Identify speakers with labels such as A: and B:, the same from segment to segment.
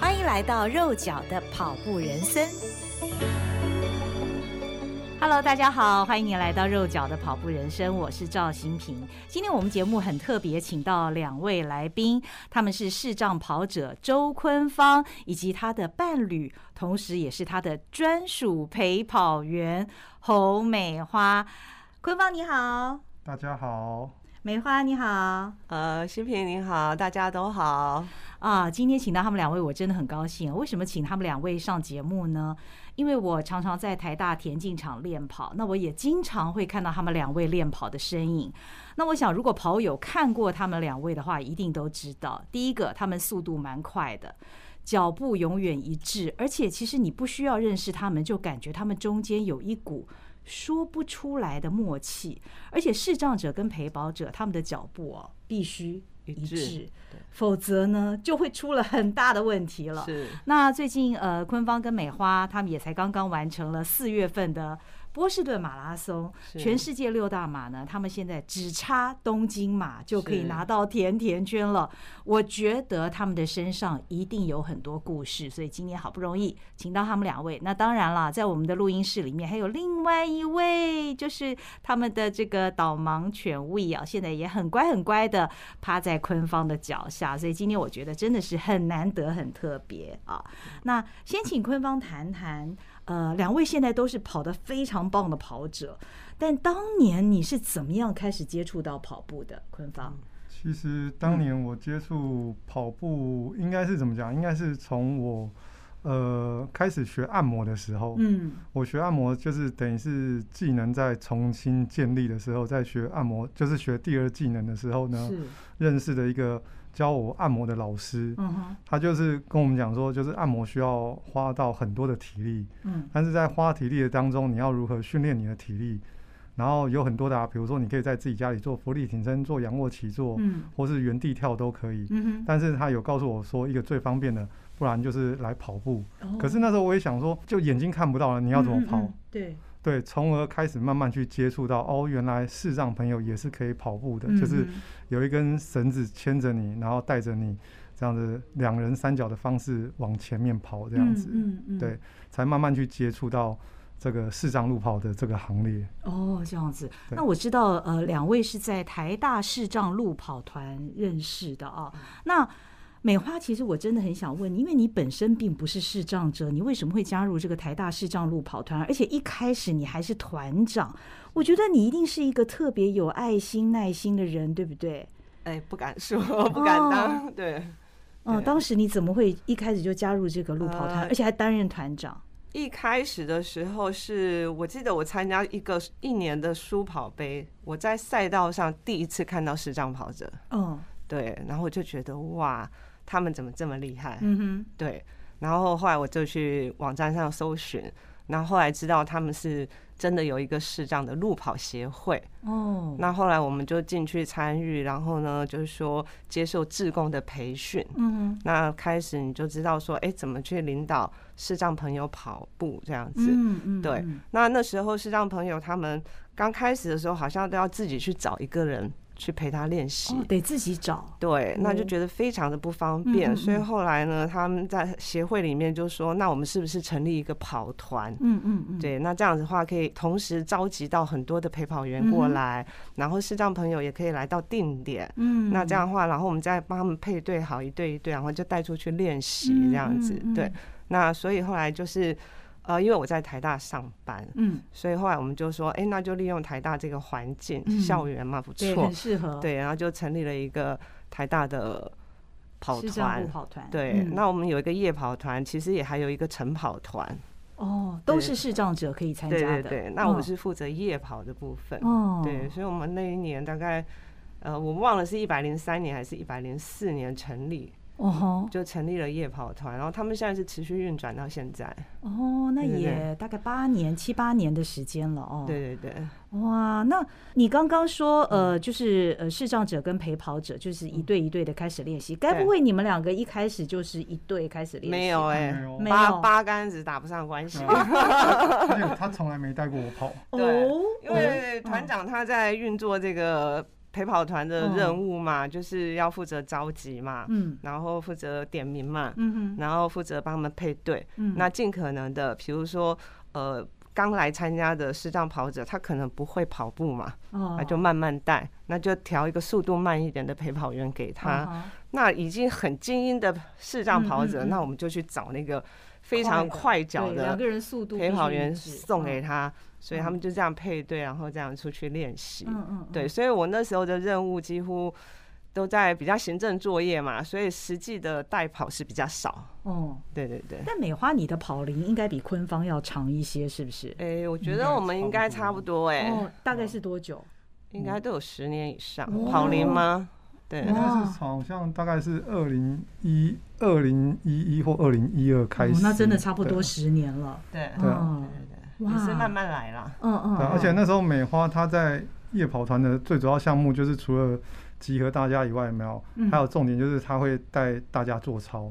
A: 欢迎来到肉脚的跑步人生。Hello，大家好，欢迎您来到肉脚的跑步人生，我是赵新平。今天我们节目很特别，请到两位来宾，他们是视障跑者周坤芳以及他的伴侣，同时也是他的专属陪跑员侯美花。坤芳你好，
B: 大家好，
A: 美花你好。
C: 呃，新平你好，大家都好。
A: 啊，今天请到他们两位，我真的很高兴。啊为什么请他们两位上节目呢？因为我常常在台大田径场练跑，那我也经常会看到他们两位练跑的身影。那我想，如果跑友看过他们两位的话，一定都知道，第一个，他们速度蛮快的。脚步永远一致，而且其实你不需要认识他们，就感觉他们中间有一股说不出来的默契。而且视障者跟陪跑者他们的脚步哦必须
C: 一
A: 一
C: 致
A: 致
C: 对，
A: 否则呢就会出了很大的问题了。
C: 是
A: 那最近呃，昆芳跟美花他们也才刚刚完成了四月份的波士顿马拉松，
C: 是
A: 全世界六大马呢，他们现在只差东京马就可以拿到甜甜圈了。我觉得他们的身上一定有很多故事，所以今年好不容易请到他们两位。那当然了，在我们的录音室里面还有另外一位，就是他们的这个导盲犬魏啊，现在也很乖很乖的趴在坤芳的脚下，所以今天我觉得真的是很难得很特别啊。那先请坤芳谈谈，呃，两位现在都是跑得非常棒的跑者，但当年你是怎么样开始接触到跑步的？坤芳，
B: 其实当年我接触跑步，应该是怎么讲？应该是从我呃开始学按摩的时候，
A: 嗯
B: 我学按摩就是等于是技能在重新建立的时候，在学按摩，就是学第二技能的时候呢，
A: 是，
B: 认识的一个教我按摩的老师，
A: 嗯哼，
B: 他就是跟我们讲说，就是按摩需要花到很多的体力，
A: 嗯
B: 但是在花体力的当中，你要如何训练你的体力？然后有很多的、啊，比如说你可以在自己家里做浮力挺身、做仰卧起坐，
A: 嗯
B: 或是原地跳都可以。
A: 嗯
B: 但是他有告诉我说，一个最方便的，不然就是来跑步。
A: 哼，
B: 可是
A: 哦
B: 那时候我也想说，就眼睛看不到了，你要怎么
A: 嗯
B: 跑？？
A: 嗯嗯对，
B: 对，从而开始慢慢去接触到，哦，原来视障朋友也是可以跑步的，就是
A: 嗯嗯
B: 有一根绳子牵着你，然后带着你，这样子两人三角的方式往前面跑，这样子。
A: 嗯嗯，嗯
B: 对，才慢慢去接触到这个视障路跑的这个行列。
A: 哦，这样子。
B: 对
A: 那我知道，呃，两位是在台大视障路跑团认识的啊。
C: 嗯
A: 那美花，其实我真的很想问你，因为你本身并不是视障者，你为什么会加入这个台大视障路跑团？而且一开始你还是团长，我觉得你一定是一个特别有爱心、耐心的人，对不对？
C: 哎，不敢说，不敢
A: 哦
C: 当。对，
A: 嗯，
C: 对
A: 当时你怎么会一开始就加入这个路跑团，
C: 呃
A: 而且还担任团长？
C: 一开始的时候是我记得我参加一个一年的书跑杯，我在赛道上第一次看到视障跑者，
A: 嗯
C: 对，然后我就觉得哇，他们怎么这么厉害？
A: 嗯哼，
C: 对，然后后来我就去网站上搜寻，然后后来知道他们是真的有一个视障的路跑协会。
A: 哦，
C: 那后来我们就进去参与，然后呢，就是说接受志工的培训。
A: 嗯哼，
C: 那开始你就知道说，哎，怎么去领导视障朋友跑步这样子。
A: 嗯嗯，
C: 对
A: 嗯
C: 那那时候视障朋友他们刚开始的时候，好像都要自己去找一个人去陪他练习。
A: 哦，得自己找。
C: 对，那就
A: 哦
C: 觉得非常的不方
A: 嗯
C: 便，
A: 嗯
C: 所以
A: 嗯
C: 后来呢，他们在协会里面就说，那我们是不是成立一个跑团？
A: 嗯嗯嗯，
C: 对，那这样子的话，可以同时召集到很多的陪跑员过
A: 嗯哼
C: 来，然后视障朋友也可以来到定点。
A: 嗯，
C: 那这样的话，然后我们再帮他们配对好一对一对，然后就带出去练习
A: 嗯
C: 这样子。
A: 嗯
C: 对，那所以后来就是，呃，因为我在台大上班，
A: 嗯，
C: 所以后来我们就说，哎、那就利用台大这个环境，
A: 嗯
C: 校园嘛不
A: 对，
C: 错
A: 很，适合，
C: 对，然后就成立了一个台大的跑
A: 是这样
C: 团
A: 路。跑团，
C: 对，
A: 嗯
C: 那我们有一个夜跑团，其实也还有一个晨跑团。
A: 哦，都是视障者可以参
C: 对
A: 加
C: 对
A: 的，
C: 对，那我
A: 嗯
C: 是负责夜跑的部分。
A: 哦，
C: 对，所以我们那一年大概呃，我忘了是一百零三年还是一百零四年成立，
A: 哦吼，
C: 就成立了夜跑团，然后他们现在是持续运转到现在。
A: 哦，那
C: 对对对
A: 也大概八年、七八年的时间了哦。
C: 对对嗯对，
A: 哇，那你刚刚说，呃，就是呃，视障者跟陪跑者就是
C: 嗯
A: 一对一对的开始练习，该不会你们两个一开始就是一对开始练习？
C: 没有哎、
B: 没有
A: 没
C: 八
A: 有
C: 八竿子打不上关系。
B: 而且 他从来没带过我跑，
C: 对
A: 哦，
C: 因为团长他在运作这个陪跑团的任务嘛，就是要负责召集嘛，
A: 嗯
C: 然后负责点名嘛，
A: 嗯哼
C: 然后负责帮他们配对。
A: 嗯，
C: 那尽可能的，比如说呃。刚来参加的视障跑者，他可能不会跑步嘛，
A: 哦
C: 那就慢慢带，那就调一个速度慢一点的陪跑员给他。
A: 嗯哼
C: 那已经很精英的视障跑
A: 嗯
C: 者，
A: 嗯嗯
C: 那我们就去找那个非常快脚
A: 对两
C: 的
A: 个人速度
C: 陪跑员
A: 必须一致
C: 送给，他，所以他
A: 嗯
C: 们就这样配对，然后这样出去练习。
A: 嗯嗯，嗯
C: 对，，所以我那时候的任务几乎都在比较行政作业嘛，所以实际的代跑是比较少。
A: 哦，
C: 对对对。
A: 但美花你的跑龄应该比昆方要长一些，是不是？
C: 哎、我觉得我们应该差不多哎、
A: 哦，大概是多久？
C: 应该都有十年以上。
A: 哇
C: 跑龄吗？对，
B: 应
A: 哇
B: 该是好像大概是二零一二零一一或二零一二开始
A: 哦，那真的差不
B: 对
A: 多十年了。
C: 对，
B: 对啊
A: 哦
C: 对对对，
A: 哇
C: 也是慢慢来啦。
A: 嗯嗯，
B: 对
A: 嗯
B: 啊，而且那时候美花她在夜跑团的最主要项目就是除了集合大家以外，有没有？
A: 嗯
B: 还有重点就是她会带大家做操，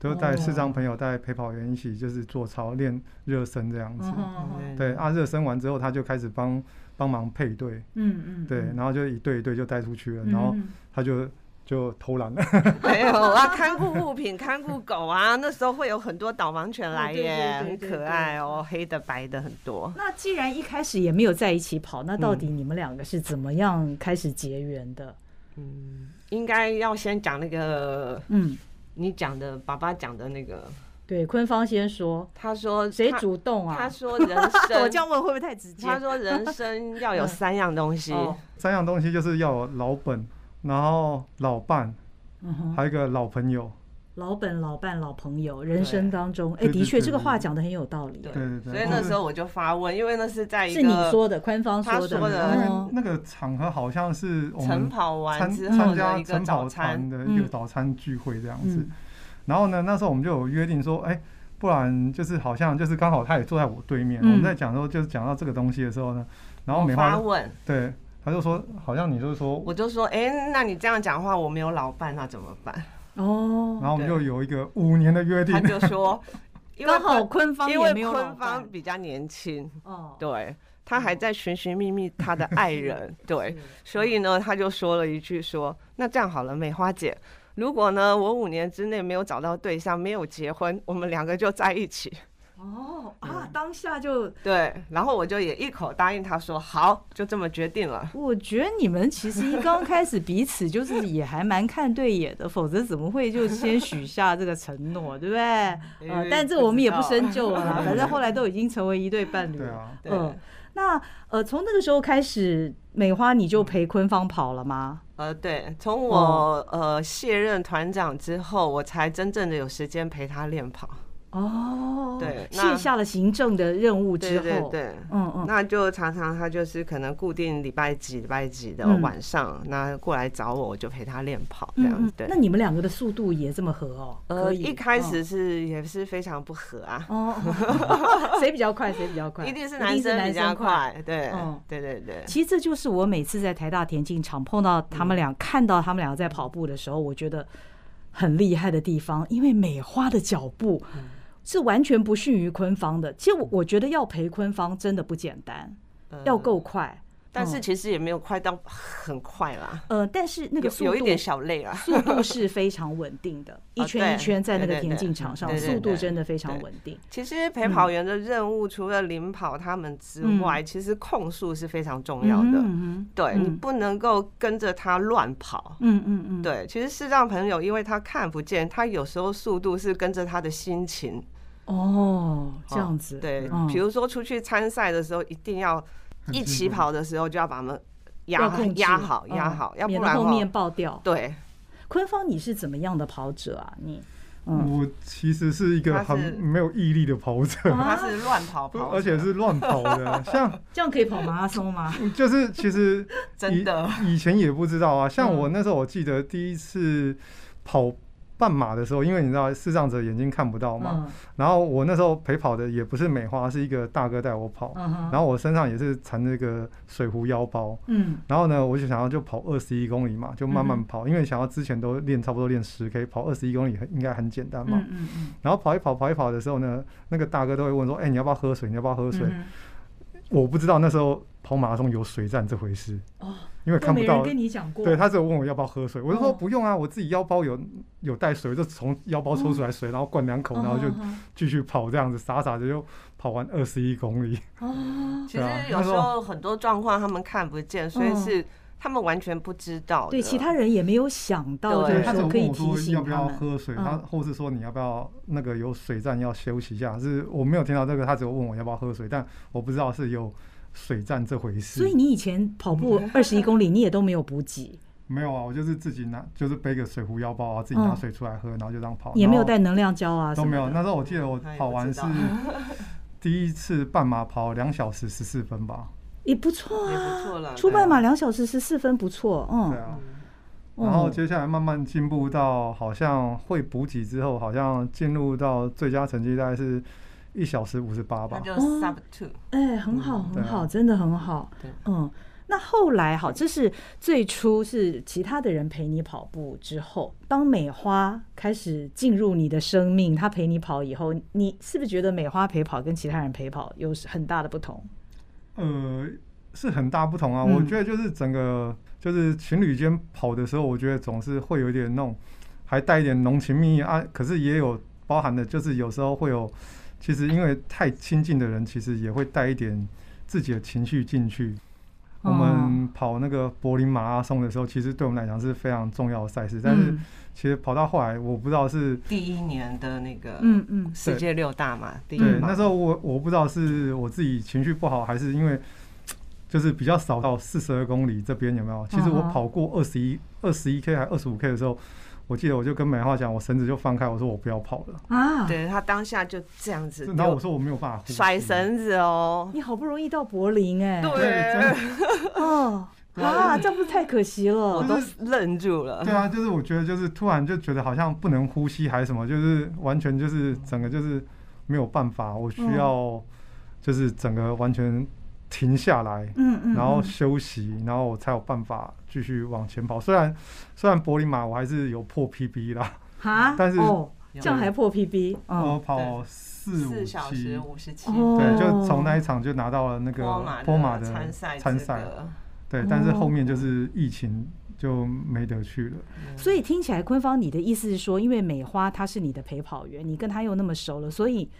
B: 就是
A: 哦
B: 带视障朋友、带陪跑员一起就是做操、练热身这样子。
A: 嗯哼嗯哼
B: 对啊，热身完之后，她就开始帮帮忙配对，
A: 嗯嗯，
B: 对，
A: 嗯
B: 然后就一队一队就带出去了，然后
A: 嗯
B: 她就就偷懒了。
C: 没有啊，看顾物品，看顾狗啊，那时候会有很多导盲犬来耶，
A: 哦对对对对
C: 很可爱哦，黑的白的很多。
A: 那既然一开始也没有在一起跑，那到底你们两个是怎么样开始结缘的？
C: 应该要先讲那个
A: 嗯，
C: 你讲的，爸爸讲的那个，
A: 对，坤芳先说，
C: 他说
A: 谁
C: 他？
A: 主动啊？
C: 他说人
A: 我
C: 生
A: 这，样问会不会太直接？
C: 他说人生要有三样东西，
A: 哦，
B: 三样东西就是要有老本，然后老伴，
A: 嗯哼，
B: 还有一个老朋友。
A: 老本、老伴、老朋友，人生当中，哎，
B: 对对
A: 的确
B: 对
A: 这个
B: 对
A: 话
B: 对
A: 讲的很有道理啊
C: 对，
B: 对对对
C: 所以那时候我就发问，因为那是在一
A: 是你
C: 个
A: 说的，坤芳
C: 他
A: 的
C: 说的
B: 那个
A: 哦，
B: 那个场合好像是我
C: 晨
B: 们
C: 跑完
B: 参
C: 之后
B: 参
C: 的
B: 加
C: 一个
B: 晨跑
C: 早
B: 团，
C: 餐
B: 的一个
A: 嗯
B: 早餐聚会这样子。
A: 嗯
B: 然后呢，那时候我们就有约定说，哎、不然就是好像就是刚好他也坐在我对面，
A: 嗯
B: 我们在讲说就是讲到这个东西的时候呢，然后
C: 我
B: 美花
C: 发
B: 就
C: 问，
B: 对他就说，好像你就是说，
C: 我就说，哎、那你这样讲话，我没有老伴，那怎么办？
A: 哦，
B: 然后我们就有一个五年的约定
C: 他，就说，因为
A: 刚好坤芳
C: 因
A: 也没
C: 为
A: 有老
C: 坤
A: 伴
C: 芳，比较年轻，
A: 哦，
C: 对他还在寻寻觅觅他的 爱人，对，所以呢，他就说了一句说，那这样好了，美花姐，如果呢我五年之内没有找到对象，没有结婚，我们两个就在一起，
A: 哦啊，当下就
C: 对，然后我就也一口答应他说好，就这么决定了。
A: 我觉得你们其实一刚开始彼此就是也还蛮看对眼的，否则怎么会就先许下这个承诺，对不对？呃，但这我们也不深究了啦，反正后来都已经成为一对伴侣
B: 对
A: 了。
B: 啊，
C: 对，
A: 嗯，那呃，从那个时候开始，美花你
C: 嗯
A: 就陪坤芳跑了吗？
C: 呃，对，从我、
A: 哦
C: 呃卸任团长之后，我才真正的有时间陪他练跑。
A: 哦，
C: 对那
A: 卸下了行政的任务之
C: 对
A: 后，
C: 对对，
A: 嗯嗯，
C: 那就常常他就是可能固定礼拜几礼拜几的
A: 嗯
C: 晚上，那过来找我，我就陪他练跑
A: 嗯
C: 这样
A: 嗯
C: 子。对
A: 那，你们两个的速度也这么合哦？可
C: 呃，
A: 以
C: 一开
A: 嗯
C: 始是也是非常不合啊，
A: 哦， 谁比较快，谁比较快？
C: 一定是男生比较
A: 快。
C: 快，对
A: 嗯，
C: 对对对，
A: 其实这就是我每次在台大田径场碰到他们俩，看到他们俩在跑步的时候，我觉得很厉害的地
C: 嗯
A: 方，因为美花的脚步是完全不逊于昆芳的。其实我我觉得要陪昆芳真的不简单，
C: 呃
A: 要，够快，
C: 但是
A: 嗯
C: 其实也没有快到很快啦，
A: 呃，但是那个
C: 有
A: 速
C: 有一
A: 度
C: 点小累啊。
A: 速度是非常稳定 的，一圈一
C: 对
A: 圈在那
C: 对
A: 个
C: 对
A: 田
C: 对
A: 径场上，
C: 对对
A: 速度
C: 对
A: 真的非常
C: 对
A: 稳定。
C: 其实陪跑
A: 嗯
C: 员的任务除了领跑他们之外，其实控速是非常重要的。
A: 嗯
C: 对、
A: 嗯
C: 你不能够跟着他乱跑。
A: 嗯嗯嗯，
C: 对，其实视障朋友，因为他看不见，他有时候速度是跟着他的心情。
A: 哦，这样子，
C: 对，
A: 嗯
C: 比如说出去参赛的时候，一定要
B: 很
C: 一
B: 辛
C: 起
B: 苦
C: 跑的时候就要把他们
A: 要
C: 压
A: 控制
C: 压好，
A: 嗯
C: 压好，要
A: 免
C: 不
A: 得
C: 然
A: 后
C: 哦
A: 面爆掉。
C: 对，
A: 坤芳，你是怎么样的跑者啊？你嗯，
B: 我其实是一个
C: 他
B: 很
C: 是
B: 没有毅力的跑者，
A: 啊
C: 他是乱跑
A: 哦
C: 跑者，
B: 而且是乱跑 的。像
A: 这样可以跑马拉松 吗？
B: 就是其实
C: 真的
B: 以以前也不知道啊。像
A: 嗯
B: 我那时候，我记得第一次跑半马的时候，因为你知道视障者眼睛看不到嘛，
A: 嗯
B: 然后我那时候陪跑的也不是美花，是一个大哥带我跑，
A: 嗯哼，
B: 然后我身上也是缠那个水壶腰包。
A: 嗯
B: 然后呢，我就想要就跑二十一公里嘛，就慢慢跑，因为想要之前都练差不多练十 K，跑二十一公里很应该很简单嘛。
A: 嗯嗯嗯，
B: 然后跑一跑跑一跑的时候呢，那个大哥都会问说：“哎、你要不要喝水？你要不要喝水？”
A: 嗯
B: 我不知道那时候跑马拉松有水站这回事，
A: 哼哦，
B: 因为
A: 都
B: 看不
A: 没人
B: 到。
A: 跟你讲过，
B: 对他只有问我要不要喝水，我就
A: 哦
B: 说不用啊，我自己腰包有有带水，我就从腰包抽出来水，然后灌两口，然后就
A: 嗯哼
B: 继续跑这样子，傻傻的就跑完二十一公里。
A: 哦，
C: 其
B: 对
C: 实
B: 啊
C: 有
B: 那
C: 时
B: 时候
C: 候很多状况他们看不见，所以是他们完全不知道的。
A: 嗯对，其他人也没有想到，
C: 对
A: 就是
B: 他只有
A: 说可
B: 问
A: 以
B: 我
A: 提
B: 说
A: 醒
B: 要不要
A: 他们。
B: 喝水，
A: 嗯
B: 他或是说你要不要那个有水站要休息一下，是我没有听到这个，他只有问我要不要喝水，但我不知道是有水站这回事。
A: 所以你以前跑步
B: 嗯
A: 二十一公里，你也都没有补给，
B: 没有啊，我就是自己拿，就是背个水壶腰包啊，自己拿
A: 嗯
B: 水出来喝，然后就这样跑，
A: 也没有
B: 然后
A: 带能量胶啊，
B: 哦都没有。
A: 什么
B: 那
A: 的。
B: 时候我记得我
C: 他也
B: 跑
C: 不
B: 完
C: 知
B: 是
C: 道
B: 第一次半马跑两小时十四分吧，
A: 也不错
C: 也
A: 啊，
C: 不错了，
A: 出
C: 对啊
A: 半马两小时十四分，不错，嗯，
B: 对啊。
A: 嗯
B: 然后接下来慢慢进步到好像会补给之后，好像进入到最佳成绩大概是一小时五十八
C: 那
B: 吧。
C: 就
A: 哦
C: sub two，
A: 哎，很好，
B: 对
A: 很
B: 啊
A: 好，真的很好
C: 对，
A: 嗯。那后来好，这是最初是其他的人陪你跑步之后，当美花开始进入你的生命，她陪你跑以后，你是不是觉得美花陪跑跟其他人陪跑有很大的不同？
B: 呃，是很大不同啊。
A: 嗯
B: 我觉得就是整个就是情侣间跑的时候，我觉得总是会有一点那种，还带一点浓情蜜意啊。可是也有包含的，就是有时候会有，其实因为太亲近的人，其实也会带一点自己的情绪进去。
A: 哦
B: 我们跑那个柏林马拉松的时候，其实对我们来讲是非常重要的赛事。但是
A: 嗯
B: 其实跑到后来，我不知道是
C: 第一年的那个
A: 嗯嗯
C: 世界六大嘛，第一
B: 对，
C: 嘛
B: 那时候我我不知道是我自己情绪不好，还是因为就是比较少到四十二公里这边有没有？其实我
A: 嗯哼
B: 跑过二十一、二十一 K 还二十五 K 的时候，我记得我就跟美花讲，我绳子就放开，我说我不要跑了。
A: 啊，
C: 对他当下就这样子
B: 然后
C: 丢
B: 我说我没有办法呼吸
C: 甩，绳子哦，
A: 你好不容易到柏林哎、
B: 对，真的
A: 哦，啊，这样不是太可惜
C: 我
A: 了？
C: 都愣住了
B: 对。啊，就是我觉得就是突然就觉得好像不能呼吸还是什么，就是完全就是整个就是没有办法，我需要就是整个完全停下来，
A: 嗯嗯，
B: 然后
A: 嗯
B: 休息，然后我才有办法继续往前跑。虽然虽然柏林马我还是有破 PB 啦，
A: 哈，
B: 但是
A: 哦，这样还破 PB，
B: 我
A: 哦，
B: 跑四五
C: 四小
B: 七
C: 时，五十七
A: 哦
B: 对，就从那一场就拿到了那个
C: 坡
B: 波
C: 马
B: 马
C: 的
B: 的
C: 参赛
B: 参
C: 资
B: 赛，
C: 格，
B: 对，但是
A: 哦
B: 后面就是疫情就没得去了。
A: 所以听起来坤芳，你的意思是说，因为美花她是你的陪跑员，你跟她又那么熟了，所以。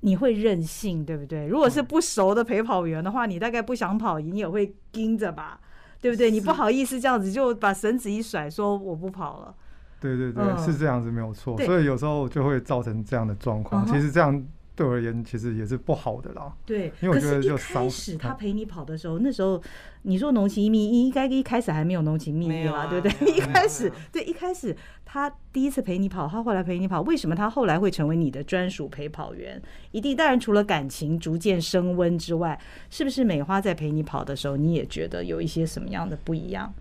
A: 你会任性，对不对？如果是不熟的陪跑员的话，你大概不想跑，你也会盯着吧，对不对？你不好意思这样子就把绳子一甩，说我不跑了。
B: 对对对，
A: 嗯
B: 是这样子没有错，
A: 对
B: 所以有时候就会造成这样的状况。
A: 嗯哼
B: 其实这样对我而言，其实也是不好的啦。
A: 对，
B: 因为我
A: 可
B: 觉得
A: 是一
B: 就
A: 开
B: 伤
A: 始
B: 嗯
A: 他陪你跑的时候，那时候你说浓情蜜意，应该一开始还没有浓情蜜
C: 没
A: 意
C: 有
A: 啦，
C: 啊
A: 对不对？
C: 没 有
A: 一
C: 没有
A: 开始
C: 没有，啊
A: 对，一开始他第一次陪你跑，他后来陪你跑，为什么他后来会成为你的专属陪跑员？一定，当然除了感情逐渐升温之外，是不是美花在陪你跑的时候，你也觉得有一些什么样的不一样？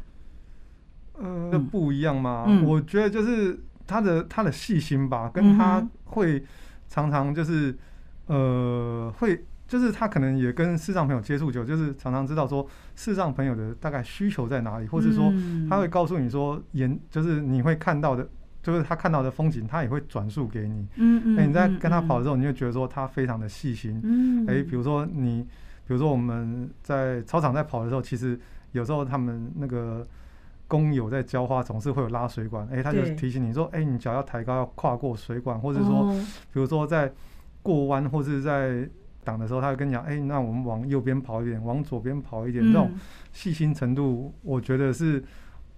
B: 呃，那不一样吗？
A: 嗯
B: 我觉得就是他的他的细心吧，
A: 嗯
B: 跟
A: 哼
B: 他会常常就是呃会。就是他可能也跟视障朋友接触久，就是常常知道说视障朋友的大概需求在哪里，或是说
A: 嗯
B: 他会告诉你说眼，就是你会看到的，就是他看到的风景，他也会转述给你。
A: 嗯
B: 哎、你在跟他跑的时候，你会觉得说他非常的细心，
A: 嗯
B: 哎、比如说你，比如说我们在操场在跑的时候，其实有时候他们那个工友在浇花，总是会有拉水管，哎、他就
A: 对哦
B: 提醒你说，哎、你脚要抬高，要跨过水管，或者
C: 嗯
B: 说，哎比如说在过弯或是在挡的时候，他会跟你讲，哎、那我们往右边跑一点，
A: 嗯
B: 往左边跑一点，这种细心程度，我觉得是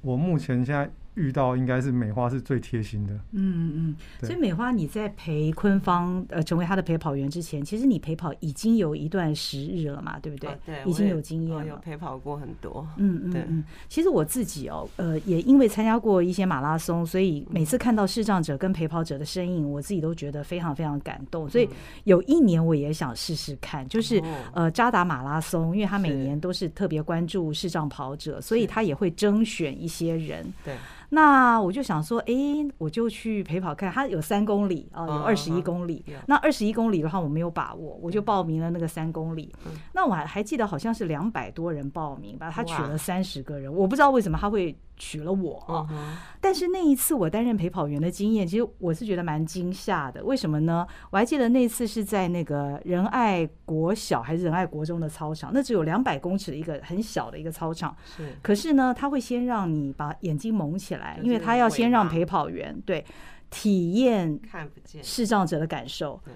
B: 我目前现在遇到，应该是美花是最贴心的。
A: 嗯嗯，
B: 对
A: 所以美花你在陪坤芳呃成为他的陪跑员之前，其实你陪跑已经有一段时日了嘛，对不对？
C: 啊对，
A: 哦已
C: 我
A: 经
C: 也
A: 有经
C: 我
A: 验
C: 有
A: 了。
C: 陪跑过很多。
A: 嗯嗯
C: 对
A: 嗯，其实我自己哦，呃，也因为参加过一些马拉松，所以每次看到视障者跟陪跑者的身影，我自己都觉得非常非常感动。所以有一年我也想试试看，就是
C: 嗯哦
A: 呃扎达马拉松，因为他每
C: 是
A: 年都是特别关注视障跑者，所以
C: 是
A: 他也会征选一些人。
C: 对，
A: 那我就想说，诶，我就去陪跑看，它有三公里啊、有
C: 嗯
A: 二十一
C: 嗯
A: 公里。
C: 有
A: 那二十一公里的话，我没有把握，我就报名了那个三公里。
C: 嗯
A: 那我还还记得好像是两百多人报名吧，他取
C: 哇
A: 了三十个人，我不知道为什么他会取了我。哦
C: 嗯哼
A: 但是那一次我担任陪跑员的经验，其实我是觉得蛮惊吓的。为什么呢？我还记得那次是在那个仁爱国小还是仁爱国中的操场，那只有两百公尺的一个很小的一个操场。
C: 是
A: 可是呢，他会先让你把眼睛蒙起来，
C: 就是
A: 因为他要先让
C: 尾巴
A: 陪跑员对体验
C: 看不见，
A: 视障者的感受
C: 对。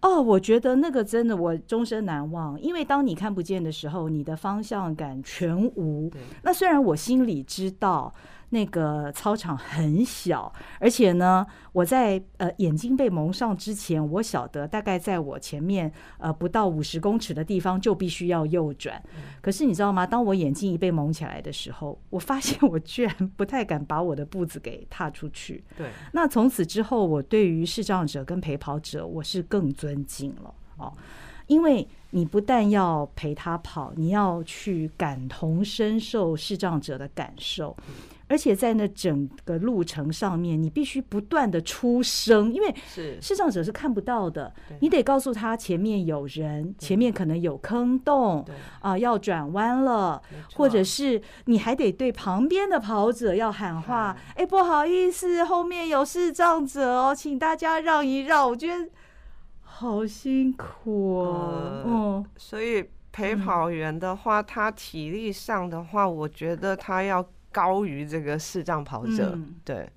A: 哦，我觉得那个真的我终身难忘，因为当你看不见的时候，你的方向感全无
C: 对。
A: 那虽然我心里知道那个操场很小，而且呢，我在呃眼睛被蒙上之前，我晓得大概在我前面呃不到五十公尺的地方就必须要右转。可是你知道吗？当我眼睛一被蒙起来的时候，我发现我居然不太敢把我的步子给踏出去。
C: 对，
A: 那从此之后，我对于视障者跟陪跑者，我是更尊敬了哦，因为你不但要陪他跑，你要去感同身受视障者的感受。而且在那整个路程上面，你必须不断的出声，因为
C: 是
A: 视障者是看不到的
C: 对，
A: 你得告诉他前面有人，前面可能有坑洞
C: 对，
A: 啊、要转弯了，
C: 没错
A: 或者是你还得对旁边的跑者要喊话，哎、不好意思，后面有视障者哦，请大家让一让。我觉得好辛苦哦，
C: 呃
A: 嗯，
C: 所以陪跑员的话，他体力上的话，我觉得他要高于这个视障跑者。
A: 嗯
C: 对，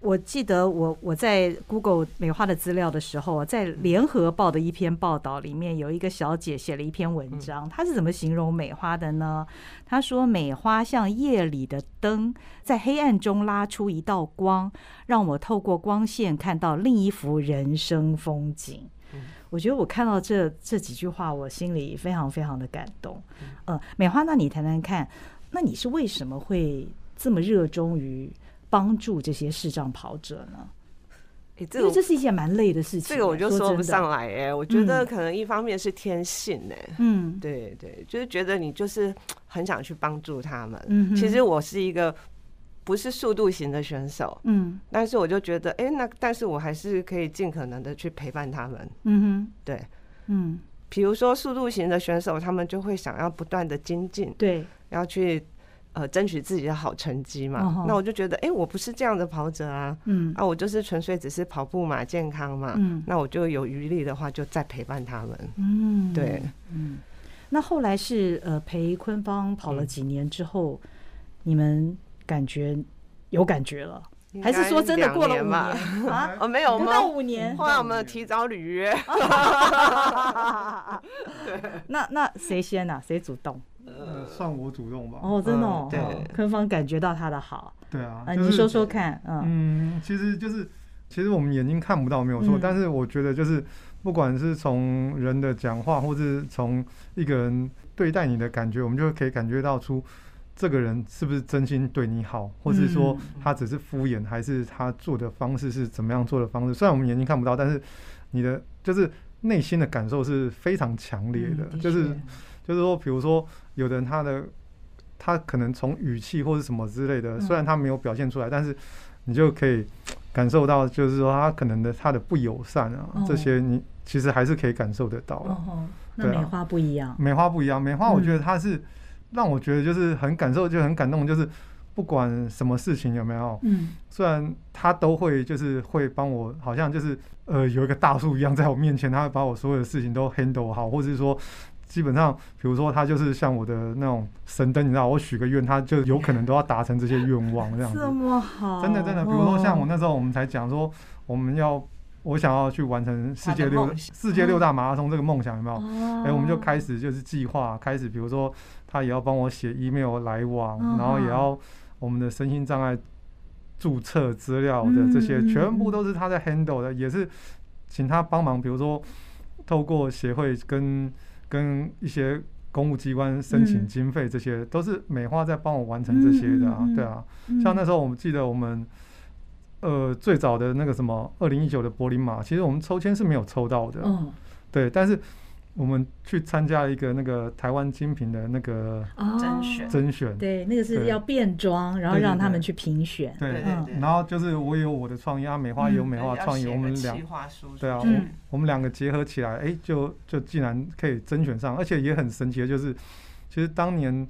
A: 我记得我我在 Google 美化的资料的时候，啊在联合报的一篇报道里面，有一个小姐写了一篇文章，她是怎么形容美花的呢？她说美花像夜里的灯，在黑暗中拉出一道光，让我透过光线看到另一幅人生风景
C: 嗯。
A: 我觉得我看到这这几句话，我心里非常非常的感动。呃，美花，那你谈谈看，那你是为什么会这么热衷于帮助这些视障跑者呢？
C: 诶这
A: 因为
C: 个
A: 这是一件蛮累的事情、
C: 这个我就
A: 说
C: 说
A: 真
C: 不
A: 的
C: 上。来哎、我觉得可能一方面是天性哎、
A: 嗯
C: 对对，就是觉得你就是很想去帮助他们。
A: 嗯哼
C: 其实我是一个不是速度型的选手，
A: 嗯
C: 但是我就觉得，哎、那但是我还是可以尽可能的去陪伴他们。
A: 嗯哼
C: 对，
A: 嗯，
C: 比如说速度型的选手，他们就会想要不断的精进，
A: 对，
C: 要去呃争取自己的好成绩嘛。
A: 嗯哼
C: 那我就觉得，哎、我不是这样的跑者啊，
A: 嗯
C: 啊，我就是纯粹只是跑步嘛，健康嘛。
A: 嗯
C: 那我就有余力的话，就再陪伴他们。
A: 嗯，
C: 对，
A: 嗯。那后来是呃陪坤芳跑了几年之后，你们感觉有感觉了，还是说真的过了五
C: 应该两年吧？
A: 年 啊？
C: 哦，没有，我
A: 不
C: 们
A: 到五 年。哦
C: 后来我们提早履约，
A: 那那谁先呢、谁主动？
B: 呃，算我主动吧。
A: 哦，真的、哦
C: 嗯对
A: 哦坤芳感觉到他的好
B: 对啊，
A: 啊，
B: 就
A: 你
B: 是
A: 说说看，嗯
B: 嗯，其实就是，其实我们眼睛看不到没有错，
A: 嗯
B: 但是我觉得就是，不管是从人的讲话，或是从一个人对待你的感觉，我们就可以感觉到出这个人是不是真心对你好，或是说他只是敷衍，还是他做的方式是怎么样做的方式。虽然我们眼睛看不到，但是你的就是内心的感受是非常强烈的，
C: 嗯的
B: 就是
C: 确
B: 就是说，比如说有的人他的他可能从语气或是什么之类的，
A: 嗯
B: 虽然他没有表现出来，但是你就可以感受到，就是说他可能的他的不友善啊，
A: 哦
B: 这些你其实还是可以感受得到的。
A: 哦吼，那
B: 对啊
A: 梅花不一样，
B: 梅花不一样，梅花我
A: 嗯
B: 觉得他是、让我觉得就是很感受，就很感动，就是不管什么事情有没有，
A: 嗯，
B: 虽然他都会就是会帮我，好像就是呃有一个大树一样在我面前，他会把我所有的事情都 handle 好，或是说基本上，比如说他就是像我的那种神灯，你知道，我许个愿，他就有可能都要达成这些愿望这样子。
A: 么好
B: 真的真的，比如说像我
A: 那，
B: 那时候我们才讲说，我们要我想要去完成世界六
C: 哦他的梦想
B: 世界六大马拉松这个梦想，有没有？
A: 哎
B: 哎、我们就开始就是计划，开始比如说他也要帮我写 email 来往，
A: 嗯
B: 然后也
A: 嗯
B: 要我们的身心障碍注册资料的这些，
A: 嗯嗯嗯
B: 全部都是他在 handle 的，也是请他帮忙，比如说透过协会跟跟一些公务机关申请
A: 嗯
B: 经费，这些、都是美化在帮我完成这些的啊，
A: 嗯嗯嗯
B: 对啊，
A: 嗯
B: 像那时候我们记得我们。呃，最早的那个什么，二零一九的柏林马，其实我们抽签是没有抽到的，
A: 嗯
B: 对，但是我们去参加一个那个台湾精品的那个
A: 哦
C: 甄选
B: 甄选，
A: 对，那个是
B: 对
A: 要变装，然后
B: 对对
A: 让他
B: 对
A: 们去评选。
B: 对
C: 对
A: 嗯
C: 对对，
B: 然后就是我有我的创意，啊，美化也有
A: 嗯
B: 美化创意，我们两
C: 划书
B: 对啊，
C: 出
B: 我
C: 去
A: 嗯
B: 我们两个结合起来，哎，就就竟然可以甄选上，而且也很神奇的就是，其实当年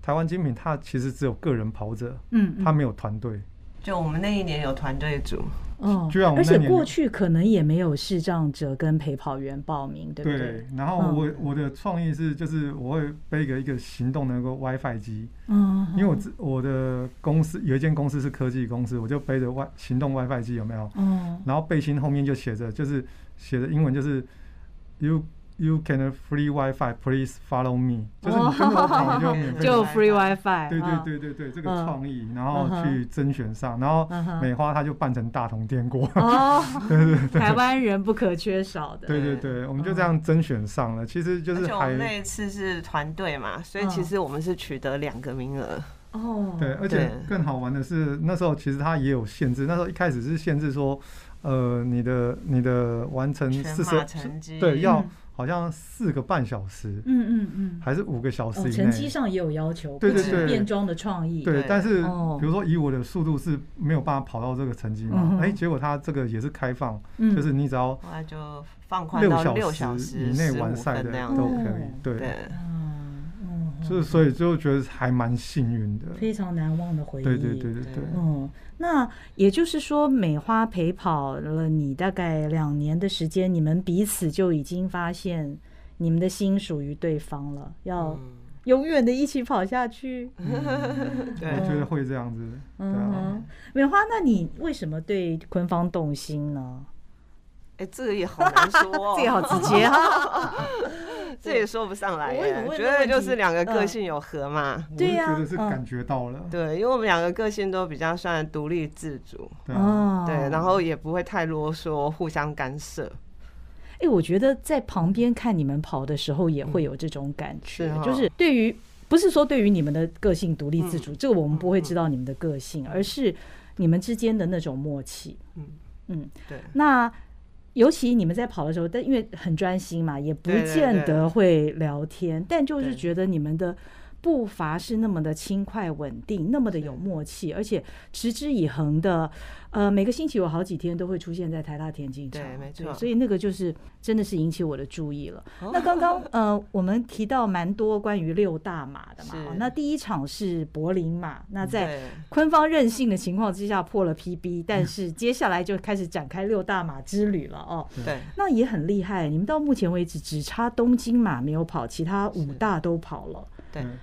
B: 台湾精品它其实只有个人跑者，
A: 嗯，嗯
B: 它没有团队，
C: 就我们那一年有团队组，
A: 哦
B: 居然我
A: 而
B: 们
A: 且
B: 那年
A: 过
B: 有
A: 去可能也没有视障者跟陪跑员报名，对不对？
B: 对。然后
A: 嗯
B: 我我的创意是，就是我会背个一个行动的那个 WiFi 机，
A: 嗯，
B: 因为我自我的公司有一间公司是科技公司，我就背着 Wi 行动 WiFi 机有没有？
A: 哦，
B: 然后背心后面就写着，就是写的英文就是 you you can free WiFi please follow me，就是你跟着我跑，你就免费
C: 就
B: 的。
C: free
A: WiFi，
B: 对对，对对对，这个
A: 哦嗯
B: 创意，然后
A: 嗯
B: 去
A: 哼
B: 甄选上，然后
A: 嗯哼
B: 美花她就扮成大同电锅。
A: 哦，台湾人不可缺少的，
B: 对对对，我们就这样甄选上了，其实就
C: 而
B: 是
C: 且我
B: 还
C: 们那一次是团队嘛，所以其
A: 嗯
C: 实我们是取得两个名额，
A: 哦，
B: 对，而且
C: 对
B: 更好玩的是，那时候其实它也有限制，那时候一开始是限制说，呃，你的你的完成
C: 全
B: 嗯四
C: 马
B: 十
C: 成绩
B: 对要
A: 嗯
B: 好像四个半小时
A: 嗯嗯嗯，
B: 还是五个小时
A: 哦，
B: 以
A: 成绩
B: 内。
A: 上也有要求，
B: 对
A: 不
C: 对
A: 止
C: 对
A: 变装的创意，
B: 对
C: 对，
B: 但是
A: 哦
B: 比如说以我的速度是没有办法跑到这个成绩
A: 嗯
B: 嘛
A: 哼，
B: 哎，结果它这个也是开放，
A: 嗯，
B: 就是你只要
C: 后来就放宽
B: 六
C: 到六小
B: 时
C: 时
B: 以内
C: 15
B: 完赛
C: 分
B: 的
C: 那样
B: 都
C: 子，
B: 可以
A: 哦。
B: 对，
C: 对，
A: 嗯嗯，
B: 就是所以就觉得还蛮幸运的。
A: 非常难忘的回忆，
B: 对对对对对
C: 对
A: 嗯，那也就是说，美花陪跑了你大概两年的时间，你们彼此就已经发现你们的心属于对方了，要
C: 嗯
A: 永远的一起跑下去。
B: 对，我觉得会这样子。对
A: 嗯
B: 啊，
A: 哼，美花，那你为什么对昆方动心呢？
C: 哎，这个也好难说哦，
A: 这个好直接啊！
C: 这也说不上来
A: 我也
C: 耶，
A: 问
C: 我
A: 这
C: 觉
A: 个问
C: 得
A: 题
C: 就是两个个
A: 嗯
C: 性有合嘛。
B: 我就
A: 对啊
B: 觉得是
A: 嗯
B: 感觉到了。
C: 对，因为我们两个个性都比较算独立自主，
B: 对啊，
A: 哦
C: 对，然后也不会太啰嗦，互相干涉。
A: 哎、我觉得在旁边看你们跑的时候，也会有这种感觉，
C: 嗯是哈嗯
A: 就是对于不是说对于你们的个性独立自主，这个我们不会知道你们的个性，而是你们之间的那种默契。
C: 嗯
A: 嗯，
C: 对，
A: 那尤其你们在跑的时候，但因为很专心嘛，也不
C: 对对
A: 见
C: 对
A: 得会聊天，但就是
C: 对
A: 觉得你们的。步伐是那么的轻快稳定，那么的有默契，而且持之以恒的，呃，每个星期有好几天都会出现在台大田径场，
C: 对没错
A: 所以那个就是真的是引起我的注意了。
C: 哦
A: 那刚刚呃，我们提到蛮多关于六大马的嘛，
C: 是
A: 哦那第一场是柏林马，那在
C: 对
A: 昆方任性的情况之下破了
C: 嗯
A: PB，但是接下来就开始展开六大马之旅了哦。
C: 对
A: 那也很厉害，你们到目前为止只差东京马没有跑，其他五大都跑了。
C: 对
B: 嗯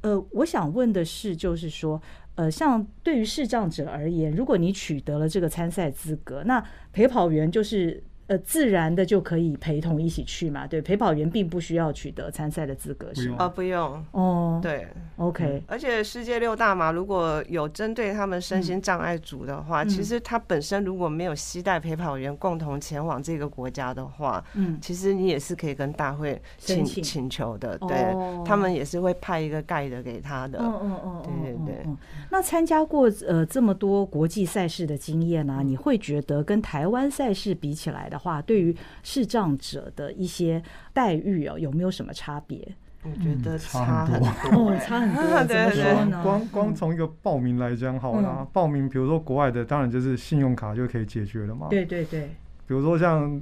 A: 呃，我想问的是，就是说，呃，像对于视障者而言，如果你取得了这个参赛资格，那陪跑员就是呃自然的就可以陪同一起去嘛，对，陪跑员并不需要取得参赛的资格，是
B: 不
A: 吗？
B: 用
C: 啊，不用。
A: 哦，
C: 对，
A: ，OK，
C: 而且世界六大嘛，如果有针对他们身
B: 嗯
C: 心障碍组的话，
A: 嗯
C: 其实他本身如果没有携带陪跑员共同前往这个国家的话，
A: 嗯，
C: 其实你也是可以跟大会
A: 申
C: 请
A: 请
C: 请求的，
A: 哦
C: 对、他们也是会派一个盖的给他的。
A: 嗯嗯嗯，嗯
C: 对对。
A: 嗯
C: 对
A: 嗯那参加过呃这么多国际赛事的经验
C: 嗯
A: 啊，你会觉得跟台湾赛事比起来的话，对于视障者的一些待遇哦，有没有什么差别？
C: 我觉得
B: 嗯
C: 差
B: 差
C: 很
B: 很
C: 多
B: 多
C: 欸、
A: 哦， 差很多，怎
C: 对
A: 么
C: 对啊嗯
A: 说呢？
B: 光光从一个报名来讲好了啊，报名比如说国外的，当然就是信用卡就可以解决了嘛。
A: 对对对，
B: 比如说像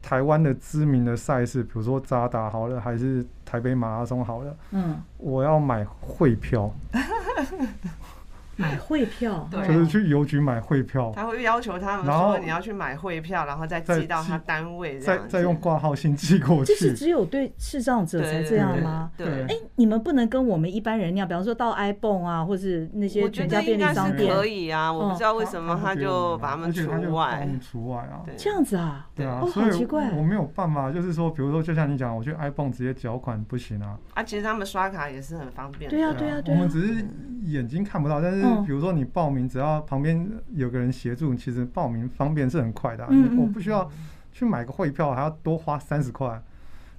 B: 台湾的知名的赛事，比如说渣打好了，还是台北马拉松好了，
A: 嗯，
B: 我要买会票，
A: 买汇票，
C: 对啊
B: 就是去邮局买汇票，
C: 他会要求他们
B: 然后
C: 说你要去买汇票，然后再
B: 再
C: 寄到他
B: 寄
C: 单位这
B: 再
C: 样子，
B: 再用挂号信寄过
A: 这是
B: 去。
A: 只有对视障者
C: 对
A: 才
C: 对
A: 这样
C: 对
A: 吗？
C: 对，
B: 对
A: 哎，你们不能跟我们一般人那样，比方说到 iPhone 啊，或是那些
C: 我觉
A: 全
C: 得
A: 家
C: 应
A: 便
C: 该
A: 利商
C: 是
A: 店，哦
C: 可以啊，我不知道为什么
B: 不
C: 他
B: 给
C: 就
B: 我
C: 把他们
B: 啊而且
C: 除
B: 他就把我
C: 外
B: 们。除外啊。
C: 对
A: 这样子啊？
B: 对啊，
A: 哦
B: 所
A: 好奇
B: 以
A: 怪
B: 我没有办法，就是说，比如说，就像你讲，我去 iPhone 直接缴款不行啊。
C: 啊，其实他们刷卡也是很方便的。
A: 对啊对啊
B: 我们只是眼睛看不到，但是
A: 嗯
B: 比如说你报名，只要旁边有个人协助，其实报名方便是很快的啊。
A: 嗯
B: 你我
A: 嗯
B: 不需要去买个汇票，还要多花三十块，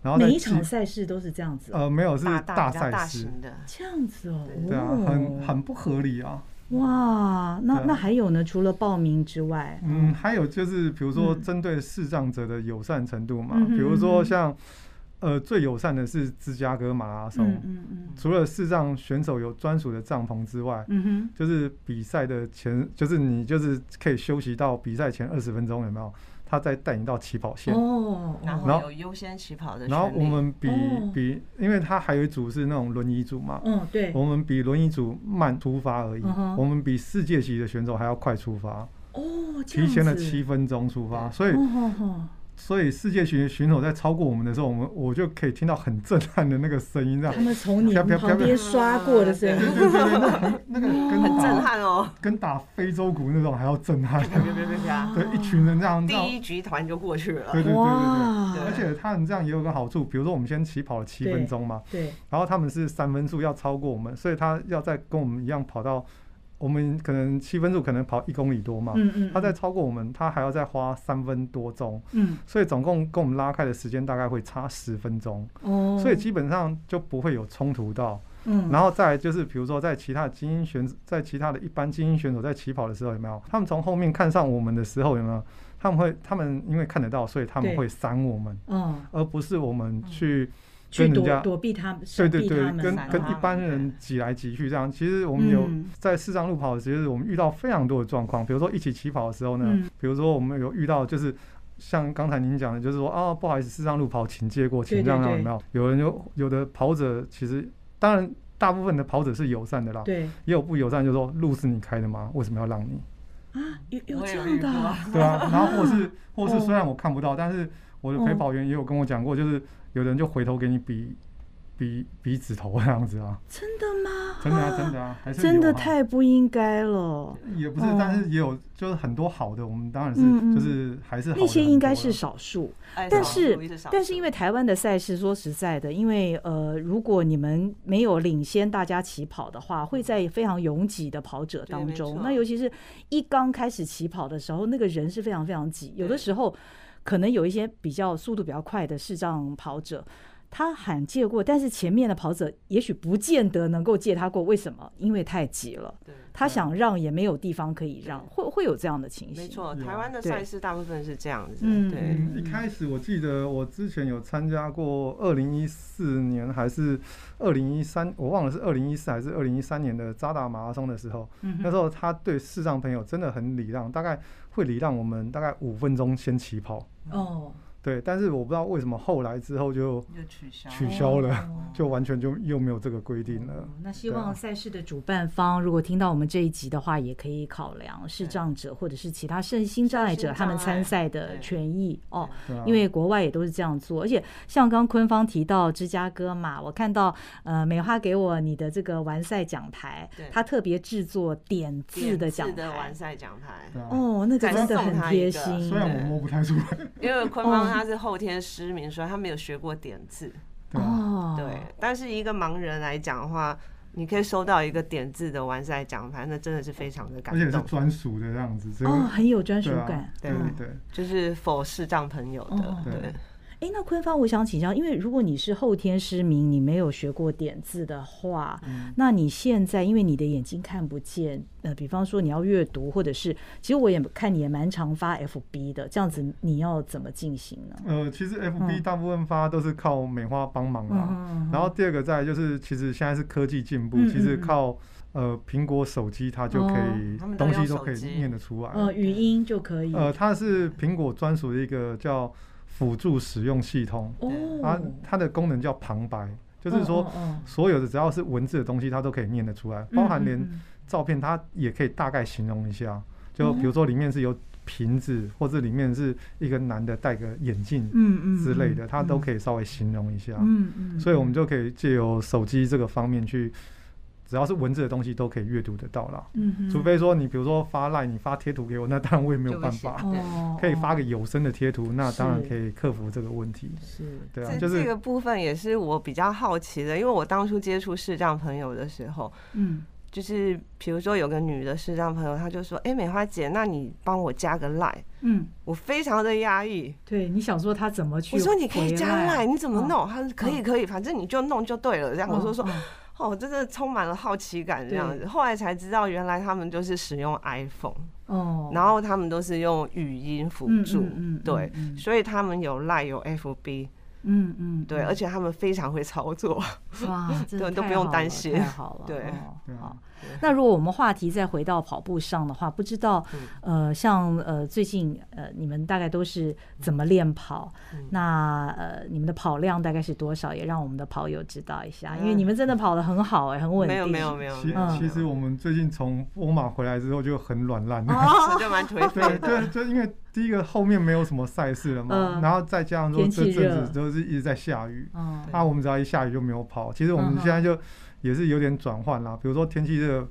B: 然后再
A: 每一
B: 寄
A: 场赛事都是这样子，啊
B: 呃没有是
C: 大大比较
B: 赛
C: 大
B: 事，
C: 型的，
A: 这样子哦，
B: 对啊，很很不合理啊。
A: 哇，那
B: 对啊
A: 那还有呢？除了报名之外，
B: 嗯，还有就是比如说
A: 嗯
B: 针对视障者的友善程度嘛，
A: 嗯哼
B: 比
A: 嗯
B: 如
A: 哼
B: 说像呃最友善的是芝加哥马拉松，
A: 嗯嗯嗯
B: 除了视障选手有专属的帐篷之外，
A: 嗯哼，
B: 就是比赛的前，就是你就是可以休息到比赛前二十分钟，有没有？他再带你到起跑线。
A: 哦，
C: 然
B: 然
C: 后
B: 后
C: 有优先起跑的权利。
B: 然后我们比
A: 哦
B: 比，因为他还有一组是那种轮椅组嘛，
A: 嗯对，
B: 我们比轮椅组慢出发而已
A: 嗯哼，
B: 我们比世界级的选手还要快出发，
A: 哦，这
B: 提
A: 样
B: 前了
A: 子
B: 七，分钟出发，所以
A: 哦吼吼
B: 所以世界巡巡手在超过我们的时候，我们我就可以听到很震撼的那个声音，这样
A: 他们从你
B: 啪啪啪
A: 旁边
B: 啪
A: 刷过的声音，
B: 对对对，那很那个跟
C: 很震
B: 打
C: 撼哦，
B: 跟打非洲鼓那种还要震撼，
C: 别别别别啊别，
B: 对，一群人这样，这样
C: 第一集团就过去了。
B: 对对对对对。
A: 哇，
B: 而且他们这样也有个好处，比如说我们先起跑了七分钟嘛，
A: 对，
B: 然后他们是三分数要超过我们，所以他要再跟我们一样跑到我们可能七分数可能跑一公里多嘛，
A: 嗯嗯，
B: 啊他再超过我们，他还要再花三分多钟，
A: 嗯
B: 所以总共跟我们拉开的时间大概会差十分钟，
A: 哦，
B: 所以基本上就不会有冲突到。
A: 嗯，
B: 然后再来就是，比如说在其他的精英选，在其他的一般精英选手在起跑的时候，有没有？他们从后面看上我们的时候，有没有？他们会，他们因为看得到，所以他们
A: 对
B: 会闪我们。
A: 嗯，
B: 而不是我们去
A: 去
B: 跟人
A: 躲
B: 家
A: 躲避他们，
B: 对
A: 闪
B: 对
A: 避
B: 对
A: 他，们
B: 跟
A: 闪
C: 啊
B: 跟
A: 他
B: 一
A: 们
B: 般人挤来挤去这样。其实我们有
A: 嗯
B: 在市障路跑，其实我们遇到非常多的状况，比如说一起起跑的时候呢
A: 嗯，
B: 比如说我们有遇到就是。像刚才您讲的，就是说啊，不好意思，市障路跑，请借过，
A: 对
B: 请
A: 对
B: 让
A: 对
B: 让，有没有？有人有有的跑者，其实当然大部分的跑者是友善的啦，
A: 对
B: 也有不友善，就说路是你开的吗？为什么要让你？
A: 啊，有有
C: 我
A: 这
C: 也有
A: 样
C: 遇
A: 的
C: 过
A: 啊，
B: 对啊，然后或是或
A: 哦
B: 是虽然我看不到，但是我的陪跑员也有跟我讲过，就是有人就回头给你比比比指头这样子啊，
A: 真的吗？
B: 真的啊，真的啊，还是
A: 真的
B: 有啊
A: 太不应该了。
B: 也不是
A: 哦，
B: 但是也有就是很多好的，我们当然
A: 嗯嗯
B: 是就是还是好的
A: 那些应该是
B: 很多
A: 少数，
C: 哎
A: 但
C: 少
A: 是
C: 数一少
A: 但
C: 数
A: 是因为台湾的赛事，说实在的，因为呃，如果你们没有领先大家起跑的话，会在非常拥挤的跑者
C: 对
A: 当
C: 没
A: 中
C: 错。
A: 那尤其是一刚开始起跑的时候，那个人是非常非常挤，有的
C: 对
A: 时候可能有一些比较速度比较快的视障跑者。他喊借过，但是前面的跑者也许不见得能够借他过，为什么？因为太挤了，
C: 对
A: 他想让也没有地方可以让，会会有这样的情形。
C: 没错，
B: 有啊
C: 台湾的
A: 对
C: 赛事大部分是这样子
A: 嗯，
C: 对，
B: 嗯，一开始我记得我之前有参加过二零一四年还是二零一三，我忘了是二零一四还是二零一三年的扎达马拉松的时候，
A: 嗯哼
B: 那时候他对视障朋友真的很礼让，大概会礼让我们大概五分钟先起跑。
A: 哦，
B: 对，但是我不知道为什么后来之后就
C: 就取消
B: 取消了，
A: 哦
B: 就完全就又没有这个规定了。
A: 那希
B: 对啊
A: 望赛事的主办方如果听到我们这一集的话，也可以考量视障者或者是其他身心障碍者
C: 身心障碍
A: 他们参赛的
C: 对
A: 权益哦。
B: 对啊
A: 因为国外也都是这样做，而且像刚坤芳提到芝加哥嘛，我看到呃美花给我你的这个完赛奖牌
C: 对，
A: 他特别制作点字的
C: 点
A: 奖
C: 字的
A: 牌
C: 完，赛奖牌，
B: 对啊
A: 哦，那个
C: 再
A: 真的
C: 送
A: 很
C: 他一
A: 贴
C: 个
A: 心
B: 虽。然我摸不太出来，
C: 因为坤
A: 哦
C: 芳他是后天失明，所以他没有学过点字，
B: 对啊
A: 哦，
C: 对，但是一个盲人来讲的话。你可以收到一个点字的完赛奖牌，那真的是非常的感
B: 而且是
C: 动，
B: 专属的这样子，只有
A: 哦，很有专属
B: 对啊
A: 感。
B: 对
C: 嗯
B: 对对，
C: 就是否视障朋友
A: 哦
C: 的，
B: 对
C: 对，
A: 哎，那坤芳，我想请教，因为如果你是后天失明，你没有学过点字的话，
B: 嗯
A: 那你现在因为你的眼睛看不见，呃，比方说你要阅读，或者是其实我也看你也蛮常发 FB 的，这样子你要怎么进行呢？
B: 呃，其实 FB
A: 嗯
B: 大部分发都是靠美化帮忙啦。
A: 嗯
B: 然后第二个再来就是，其实现在是科技进步，
A: 嗯
B: 其实
A: 嗯嗯哦
B: 靠呃苹果手机它就可以、
C: 他们都
B: 东西
C: 用
B: 都
C: 手
B: 可以
C: 机
B: 念得出
C: 嗯
B: 来。
A: 呃，语音就可以。
B: 呃，它是苹果专属的一个叫辅助使用系统，它
A: 哦，
B: 它的功能叫啊旁白，就是说
A: 哦，哦哦
B: 所有的只要是文字的东西，它都可以念得出来，包含连
A: 嗯嗯
B: 照片，它也可以大概形容一下，
A: 嗯
B: 就比如说里面是有瓶子，或者里面是一个男的戴个眼镜
A: 嗯嗯
B: 之类的，它都
A: 以，
B: 可以稍微形容一下。
A: 嗯嗯，
B: 所以我们就可以借由手机这个方面去，只要是文字的东西都可以阅读得到啦。
A: 嗯哼，
B: 除非说你比如说发赖，你发贴图给我，那当然我也没有
C: 就不
B: 办
C: 行
B: 法。
A: 哦
B: 可以发
A: 给
B: 个有声的贴图，那当然
C: 是
B: 可以克服这个问题。
A: 是
B: 对啊，就
C: 这
B: 是
C: 这个部分也是我比较好奇的，因为我当初接触视障朋友的时候，
A: 嗯
C: 就是比如说有个女的视障朋友，她就说：“哎、美花姐，那你帮我加个 line。
A: 嗯，”
C: 我非常的压抑，
A: 对你想说他怎么去？
C: 我说：“你可以加 line，你怎么弄？”她说：“可以，
A: 嗯
C: 可以，反正你就弄就对了。”这样我说说
A: 嗯。嗯
C: 哦，真的充满了好奇感这样
A: 对
C: 子。后来才知道，原来他们就是使用 iPhone，、
A: 哦，
C: 然后他们都是用语音辅
A: 嗯
C: 助，
A: 嗯嗯
C: 对，
A: 嗯
C: 所以他们有 Line 有 FB，
A: 嗯嗯，
C: 对，
A: 嗯
C: 而且他们非常会操作。
A: 哇， 真的
C: 对都
A: 太
C: 不用
A: 好
C: 担
A: 了
C: 心
A: 太好了。
C: 对
A: 哦
B: 对啊
A: 好
C: 对
A: 那如果我们话题再回到跑步上的话，不知道呃，像呃最近呃你们大概都是怎么练跑？
C: 嗯
A: 那呃你们的跑量大概是多少？也让我们的跑友知道一下，因为
C: 嗯
A: 你们真的跑得很好哎，很 稳
C: 没
A: 定。
C: 有没有没有，
B: 其
C: 没有
B: 其实我们最近从欧马回来之后就很软烂。
A: 哦
C: 所以就蛮颓废
B: 对
C: 的。
B: 对，就因为第一个后面没有什么赛事了嘛，
A: 嗯
B: 然后再加上说
A: 天
B: 这
A: 气
B: 阵
A: 热
B: 子都是一直在下雨，
A: 嗯
B: 啊，我们只要一下雨就没有跑。其实我们
A: 嗯哼
B: 现在就也是有点转换啦，比如说天气热，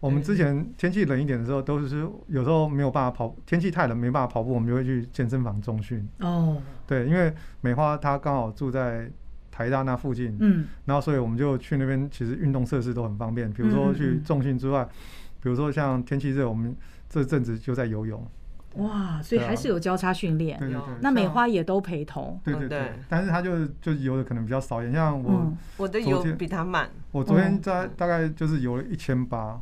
B: 我们之前天气冷一点的时候，都是有时候没有办法跑，天气太冷没办法跑步，我们就会去健身房中训。
A: 哦
B: 对，因为美花她刚好住在台大那附近，
A: 嗯
B: 然后所以我们就去那边，其实运动设施都很方便，比如
A: 嗯
B: 说
A: 嗯
B: 去
A: 嗯
B: 重训之外，比如说像天气热，我们这阵子就在游泳。
A: 哇，所以
B: 对啊
A: 还是有交叉训练。
B: 对对
C: 有
B: 对。啊
A: 那美
B: 像
A: 花也都陪同。
B: 对
C: 嗯
B: 对对
C: 对，
B: 但是他就就游的可能比较少一点，像我、
A: 哦嗯，
C: 我的
B: 昨
C: 油
B: 天
C: 比他慢，
B: 我昨天
A: 嗯
B: 在大概就是游了一千八，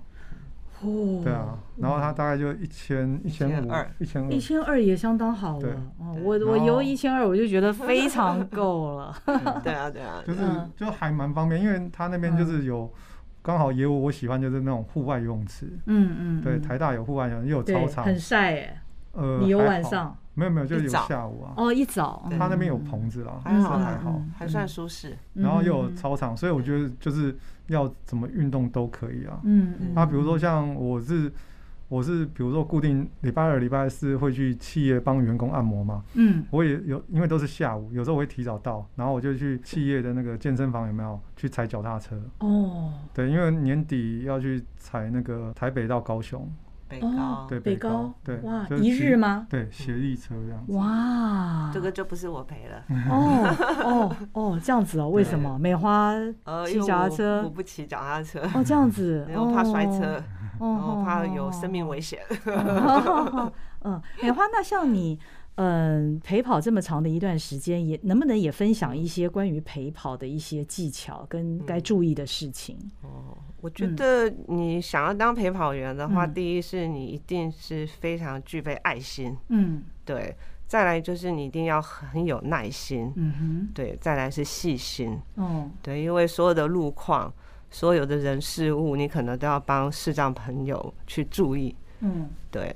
A: 哦
B: 对啊，然后他大概就一千一千五
C: 1200
B: 一千
A: 一
B: 二，
A: 千二也相当好
B: 嗯对
A: 了。哦
C: 对
A: 我我
B: 然
A: 游
B: 后
A: 一千二，我就觉得非 常够了。
C: 对啊对啊，
B: 就是
A: 嗯
B: 就还蛮方便，因为他那边就是有刚好也有我喜欢就是那种户外游泳池，
A: 嗯嗯，
B: 对，
A: 嗯
B: 台大有户外游泳，也有
A: 对
B: 操场，
A: 很晒哎。
B: 呃，
A: 你游
B: 还
A: 晚
B: 好
A: 上？
B: 没有没有，就
C: 一
B: 有
C: 早
B: 下午啊，
A: 哦，一早嗯
C: 对
B: 他那边有棚子啦，
C: 还
B: 其实
C: 好啦
B: 还好，
C: 还算舒适。
A: 哦
B: 然后又有操场，所以我觉得就是要怎么运动都可以啊。
A: 嗯嗯，
B: 那比如说像我是我是比如说固定礼拜二、礼拜四会去企业帮员工按摩嘛，
A: 嗯
B: 我也有，因为都是下午，有时候我会提早到，然后我就去企业的那个健身房有没有去踩脚踏车？
A: 哦
B: 对，因为年底要去踩那个台北到高雄，
C: 北
A: 哦
C: 高，，
B: 对
A: 北
B: 北高
A: 高
B: 对
A: 哇
B: 就是
A: 一
B: 骑
A: 日吗？
B: 对，协力车这样子。
A: 哇，
C: 这个就不是我赔了。
A: 嗯哦哦哦这样子哦，为什么梅 花
C: 呃，
A: 骑
C: 因为
A: 脚踏
C: 我我
A: 车？
C: 不骑脚踏车，
A: 哦这样 子，
C: 因为我怕摔车，
A: 哦，
C: 然后
A: 哦嗯
C: 怕有生命。危险。
A: 哦 嗯，美花，那像你。嗯，陪跑这么长的一段时间，也能不能也分享一些关于陪跑的一些技巧跟
C: 嗯
A: 该注意的事情？
C: 哦，我觉
A: 嗯
C: 得你想要当陪跑员的话，
A: 嗯
C: 第一是你一定是非常具备爱心，
A: 嗯
C: 对；再来就是你一定要很有耐心，
A: 嗯
C: 对；再来是细心，
A: 哼，哦，
C: 对，因为所有的路况、所有的人事物，你可能都要帮视障朋友去注意，
A: 嗯。
C: 对。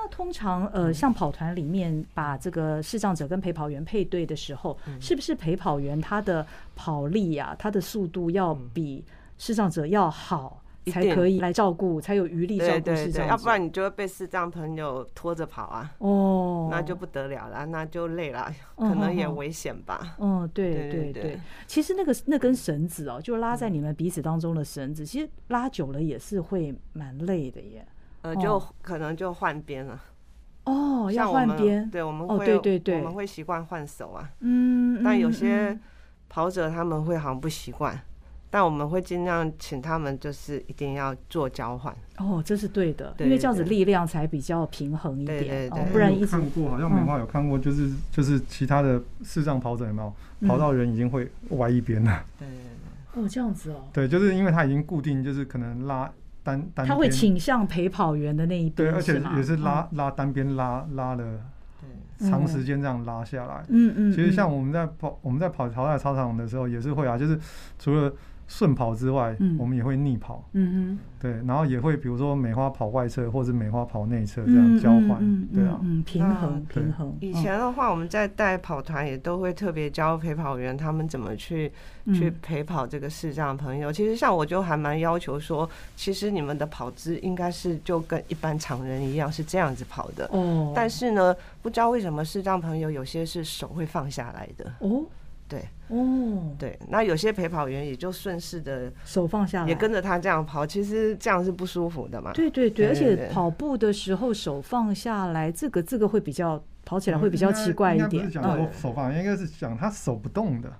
A: 那通常呃，像跑团里面把这个视障者跟陪跑员配对的时候，
C: 嗯
A: 是不是陪跑员他的跑力啊，他的速度要比视障者要好，
C: 嗯一
A: 才
C: 定
A: 可以来照顾，才有余力照
C: 对
A: 顾
C: 对
A: 视障者？
C: 对，要不然你就会被视障朋友拖着跑啊，
A: 哦，
C: 那就不得了了，那就累了，
A: 嗯
C: 可能也
A: 嗯嗯
C: 危险吧。
A: 嗯，对
C: 对
A: 对
C: 对嗯
A: 对
C: 对，
A: 其实那个那根绳子哦，就拉在你们彼此当中的绳子，其实拉久了也是会蛮累的耶。
C: 呃，就
A: 哦
C: 可能就换边了。
A: 哦，
C: 像
A: 要
C: 我
A: 换
C: 们
A: 边，
C: 对，我们会、
A: 哦对对对
C: 我们会习惯换手啊。
A: 嗯，嗯
C: 但有些
A: 嗯
C: 跑者他们会好像不习惯，但我们会尽量请他们就是一定要做交换。
A: 哦，这是对的，
C: 对
A: 因为
C: 对
A: 这样子
C: 对
A: 力量才比较平衡一
C: 对
A: 点
C: 对
A: 哦，
C: 对
A: 不然
B: 我
A: 一
B: 有
A: 直
B: 看过，好像梅花有看过，就是就是其他的视障跑者有没
A: 嗯
B: 有跑到人已经会歪一边了？
C: 对对
A: 哦这样子哦，
B: 对，就是因为他已经固定，就是可能拉单单边，
A: 他会倾向陪跑员的那一
B: 对，
A: 边，
B: 而且
A: 吗嗯
B: 也是拉拉单边拉拉了长时间这样拉下来。
A: 嗯嗯嗯，
B: 其实像我们在跑我们在跑淘汰操场的时候也是会啊，就是除了顺跑之外，
A: 嗯
B: 我们也会逆跑，
A: 嗯
B: 对，然后也会比如说梅花跑外侧，或是梅花跑内侧
A: 哼，
B: 这样交换，
A: 嗯嗯
B: 对啊，
A: 嗯，嗯平衡
C: 嗯
A: 平衡。
C: 以
A: 嗯
C: 前的话，我们在带跑团也都会特别教陪跑员他们怎么去去
A: 嗯
C: 陪跑这个视障朋友。其实像我就还蛮要求说，其实你们的跑姿应该是就跟一般常人一样是这样子跑的。
A: 哦，
C: 但是呢，不知道为什么视障朋友有些是手会放下来的，
A: 哦
C: 对
A: 哦，
C: 对。那有些陪跑员也就顺势的
A: 手放下来，
C: 也跟着他这样跑，其实这样是不舒服的嘛。
A: 对对对，
C: 啊对
A: 而
C: 对
A: 且
C: 对
A: 跑步的时候手放下来，这个这个会比较跑起来会比较
B: 嗯应该
A: 奇怪一
B: 应该不
A: 点
B: 是。
A: 嗯
B: 讲
C: 对
B: 说手放，应该是讲他手不动的，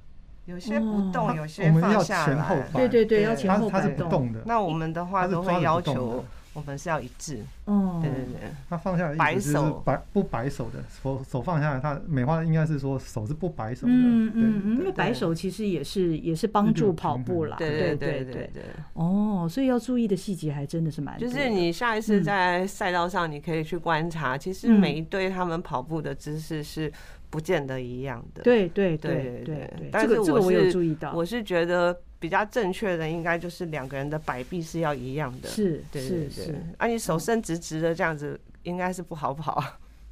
C: 有些不
A: 哦
C: 动，有些
B: 我们
C: 放
B: 要
C: 下
B: 前后
C: 来。
B: 摆
A: 对对对，
C: 对
A: 要
C: 它
A: 前
B: 他
A: 后
B: 他是
A: 摆
B: 不
A: 动。
B: 动的，
C: 那我们的话
B: 他是
C: 都
B: 抓
C: 会要
B: 着不动
C: 求
B: 的，
C: 我们是要一致。
A: 哦
C: 对对对。
B: 他放下来
C: 摆
B: 意思就是
C: 手
B: 摆不摆手的，手手放下来，他梅花应该是说手是不摆手的，
A: 嗯嗯嗯，因
B: 对
A: 为
B: 对
A: 摆手其实也是也是帮助跑步啦，
C: 对
A: 对
C: 对对对，
A: 哦，所以要注意的细节还真的是蛮多
C: 就
A: 的，
C: 是你下一
A: 嗯
C: 次在赛道上，你可以去观察，其实每一队他们跑步的姿势是不见得一样的。，
A: 对对对
C: 对对
A: 对
C: 对
A: 对，
C: 但
A: 这个
C: 是
A: 这个
C: 我
A: 我有
C: 是
A: 注意到，
C: 我是觉得比较正确的应该就是两个人的摆臂是要一样的。，
A: 是
C: 对
A: 是嗯
C: 对对
A: 是，。
C: 啊，你手伸直直的这样子，应该是不好跑。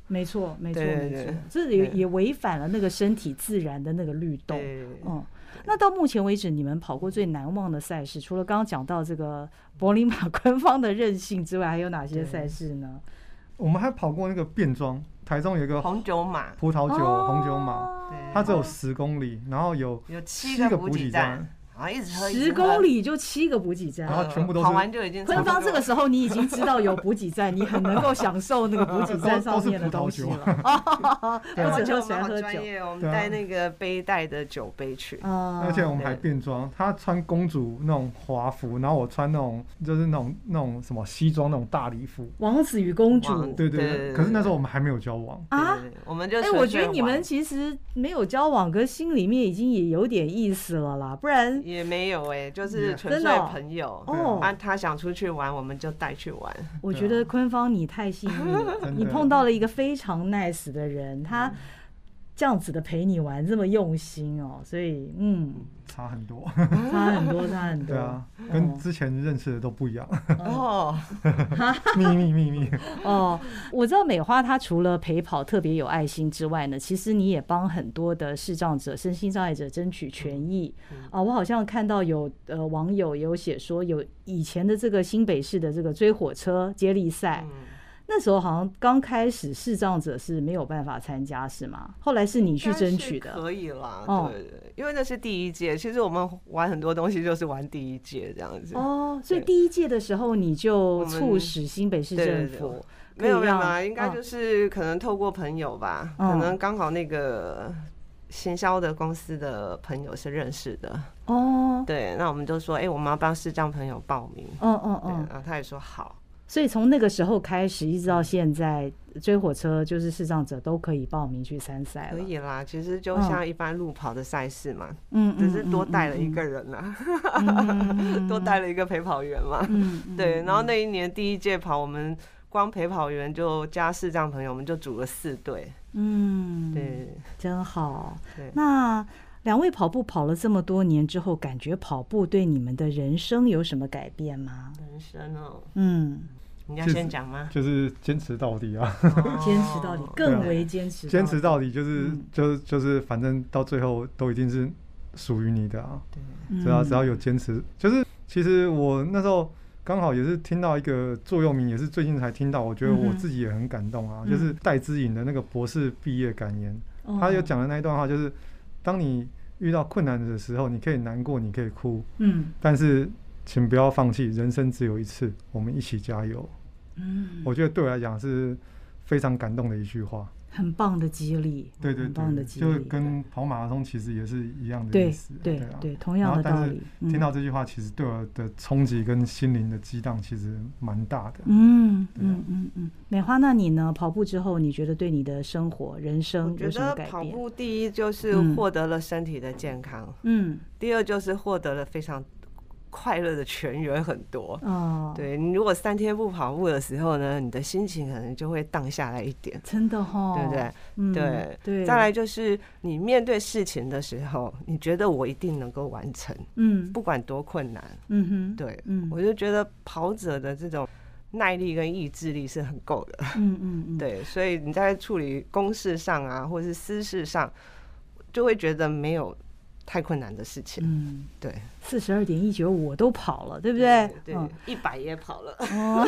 A: 没错没错
C: 对
A: 没
C: 对
A: 错
C: 对，
A: 这也
C: 对
A: 也违反了那个身体自然的那个律动，
C: 对，
A: 嗯，那到目前为止，你们跑过最难忘的赛事，除了刚刚讲到这个柏林马 官方的任性之外，还有哪些赛事呢？
B: 我们还跑过那个变装，台中有一个
C: 红酒马，
B: 葡萄酒、
A: 哦
B: 红酒马，
C: 对，
B: 它只有十公里，然后有
C: 有七
B: 七
C: 个
B: 个
C: 补
B: 补
C: 给
B: 给
C: 站
B: 站，
C: 然后一直喝，一直
A: 十
C: 喝
A: 公，里就七个补给站
B: 然。后全部都是
C: 跑完就已经
A: 坤芳这个
C: 是
A: 时候你已经知道有补给站，你很能够享受那个补给站上面的东西了。 哦，
B: 对啊
A: 不止喝水还喝酒
C: 专，业哦，我
B: 对啊
C: 们带那个背带的酒杯去。
A: 啊
B: 而且我们还
C: 对
B: 变装，她穿公主那种华服，然后我穿那种就是那种那种什么西装那种大礼服，
A: 王子与公
C: 王
A: 主
B: 对对
C: 对
B: 对。
C: 对
B: 可是那时
C: 对
B: 候我们还没有交往，
A: 啊。
C: 对，我们就
A: 哎，
C: 纯
A: 我
C: 粹
A: 觉得你
C: 玩
A: 们其实没有交往，可是心里面已经也有点意思了啦，不然
C: 也没有哎，就是
B: 嗯
C: 纯
A: 真的
C: 粹
A: 哦
C: 朋友。
B: 对
A: 哦，
C: 啊，他想出去玩，我们就带去玩。
A: 我觉得坤芳你太幸运了，
B: 啊 真的嗯
A: 你碰到了一个非常 nice 的人，他这样子的陪你玩，这么用心哦，所以嗯，
B: 差很多。
A: 差很 多，差很
B: 嗯对
A: 多
B: 啊，跟之前认识的都不一样，
C: 哦，
B: 秘密秘密。
A: 哦。我知道美花她除了陪跑特别有爱心之外呢，其实你也帮很多的视障者、身心障碍者争取权益
B: 嗯
A: 啊。我好像看到有呃网友有写说，有以前的这个新北市的这个追火车接力赛，
C: 嗯
A: 那时候好像刚开始视障者是没有办法参加，是吗？后来是你去争取
C: 应该是
A: 的，
C: 可以啦。
A: 哦
C: 对，对因为那是第一届，其实我们玩很多东西就是玩第一届这样子。
A: 哦，所以
C: 对
A: 第一届的时候你就
C: 我们
A: 促使新北市
C: 对对
A: 政
C: 对
A: 府
C: 没有没有
A: 可以
C: 啦，
A: 让
C: 应该就是可能透过朋友吧，
A: 嗯
C: 可能刚好那个行销的公司的朋友是认识的，
A: 哦，
C: 对，那我们就说，哎、我们要帮视障朋友报名，
A: 嗯嗯
C: 对，啊
A: 嗯，
C: 然后他也说好，
A: 所以从那个时候开始一直到现在，追火车就是视障者都可以报名去参赛了，
C: 可以啦，其实就
A: 嗯
C: 像一般路跑的赛事嘛，
A: 嗯，嗯
C: 只是多带了一个，人啦、 多带了一个陪跑员嘛，
A: 嗯，嗯
C: 对，然后那一年第一届跑我们。光陪跑员就加视障朋友，我们就组了四队，
A: 嗯，嗯，
C: 对
A: 真好。
C: 对。
A: 那两位跑步跑了这么多年之后，感觉跑步对你们的人生有什么改变吗？
C: 人生哦，
A: 嗯。
C: 你要
B: 就是
C: 先讲吗？
B: 就是坚持到底啊，
A: 坚持到底，
C: 哦
A: 更为坚持，
B: 坚持到底就是
A: 嗯
B: 就是就是，反正到最后都一定是属于你的啊。
C: 对
A: 嗯，
B: 只要只要有坚持，就是其实我那时候刚好也是听到一个座右铭，也是最近才听到，我觉得我
A: 嗯哼
B: 自己也很感动啊，
A: 嗯
B: 就是戴之颖的那个博士毕业感言，
A: 哦
B: 他有，讲的那一段话就是，当你遇到困难的时候，你可以难过，你可以哭，
A: 嗯
B: 但是请不要放弃，人生只有一次，我们一起加油。
A: 嗯，
B: 我觉得对我来讲是非常感动的一句话。
A: 很棒的激励，
B: 对对
A: 很棒的
B: 对，
A: 激
B: 就是
A: 励，
B: 跟跑马拉松其实也是一样的意
A: 对
B: 思。
A: 对
B: 啊
A: 对，同样的
B: 然后
A: 道
B: 但是
A: 理，
C: 嗯
A: 嗯
B: 听到这句话，其实对我的冲击跟心灵的激荡其实蛮大的。
A: 嗯，
B: 对啊
A: 嗯嗯嗯嗯，美花，那你呢？跑步之后，你觉得对你的生活、人
C: 我
A: 生有
C: 觉
A: 什么
C: 得
A: 改
C: 跑
A: 变？
C: 步第一就是
A: 嗯
C: 获得了身体的健康，
A: 嗯
C: 第二就是获得了非常快乐的泉源很多。
A: 哦，，
C: 对你如果三天不跑步的时候呢，你的心情可能就会荡下来一点，
A: 真的哈、
C: 对不对？
A: 嗯
C: 对
A: 对，
C: 再，来就是你面对事情的时候，你觉得我一定能够完成，
A: 嗯
C: 不管多困难。
A: 嗯哼，
C: 对，
A: 嗯
C: 我就觉得跑者的这种耐力跟意志力是很够的。
A: 嗯嗯嗯，，
C: 对，所以你在处理公事上啊，或是私事上，就会觉得没有太困难的事情。
A: 嗯。
C: 对，
A: 四十二点一九我都跑了，对不对
C: 对？对
A: 嗯，
C: 一百也跑了。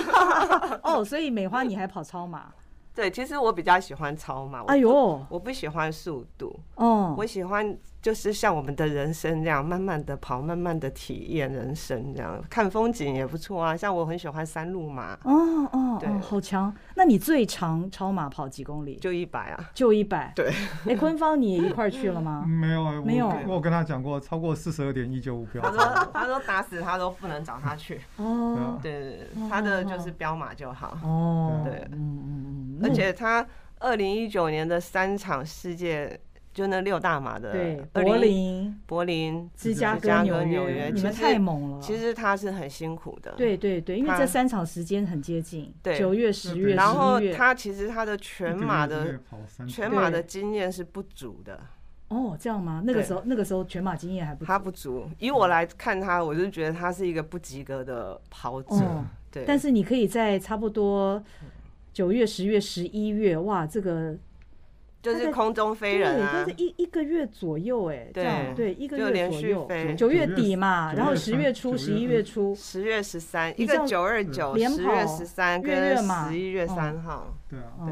A: 哦哦，所以美花你还跑超马？
C: 对，其实我比较喜欢超马。我
A: 哎
C: 不，
A: 呦，
C: 我不喜欢速度，
A: 哦
C: 我，喜欢就是像我们的人生这样，慢慢的跑，慢慢的体验人生这样，看风景也不错啊。像我很喜欢山路嘛，
A: 哦哦
C: 对
A: 哦，好强！那你最长超马跑几公里？
C: 就一百啊。
A: 就一百。
C: 对，
A: 哎，昆芳你也一块儿去了吗？
B: 没有、欸，我
A: 没有
B: 我有跟他讲过，超过四十二点一九五标
C: 他。说，他说打死他都不能找他去。
A: 哦
C: 对对对，
A: 哦
C: 他的就是彪马就好。
A: 哦，
C: 对
A: 嗯嗯嗯，
C: 而且他二零一九年的三场世界，就那六大马的，
A: 对，
C: 20
A: 柏、林、
C: 呃柏林、
A: 芝加
C: 芝加
A: 哥、纽
C: 哥纽约
A: 你们
C: 其实
A: 太猛了。
C: 其实他是很辛苦的。。
A: 哦对对对，因为
C: 他
A: 这三场时间很接近，
C: 对
A: 九月、十
B: 对
A: 月、
C: 然后
A: 十一月。
C: 他其实他的全马
B: 一个月
C: 的
B: 跑三次
C: 全马的经验是不足的，
A: 哦，这样吗？那个
C: 对
A: 时候那个时候全马经验还不
C: 他不足。以
B: 嗯
C: 我来看他，我就觉得他是一个不及格的跑者。
A: 哦。
C: 对，
A: 但是你可以在差不多
C: 嗯
A: 九月、十月、十一月，哇，这个
C: 就是空中飞人
A: 对，
C: 啊
A: 但是，一一个月左右，哎，这
C: 对
A: 样对，一个
C: 就
A: 月
C: 连
A: 左
C: 续
A: 右，
C: 飞。
A: 九月底嘛，
B: 九月
A: 然后
B: 三
A: 十月初、
B: 九月嗯
A: 十一月初，
C: 十月十三，
A: 你
C: 一
A: 这样
C: 个九二九，
A: 连
C: 十月
A: 跑
C: 十三
A: 月
C: 跟
A: 月嘛
C: 十一月
A: 嗯
C: 三号，
B: 对
C: 哦
B: 啊，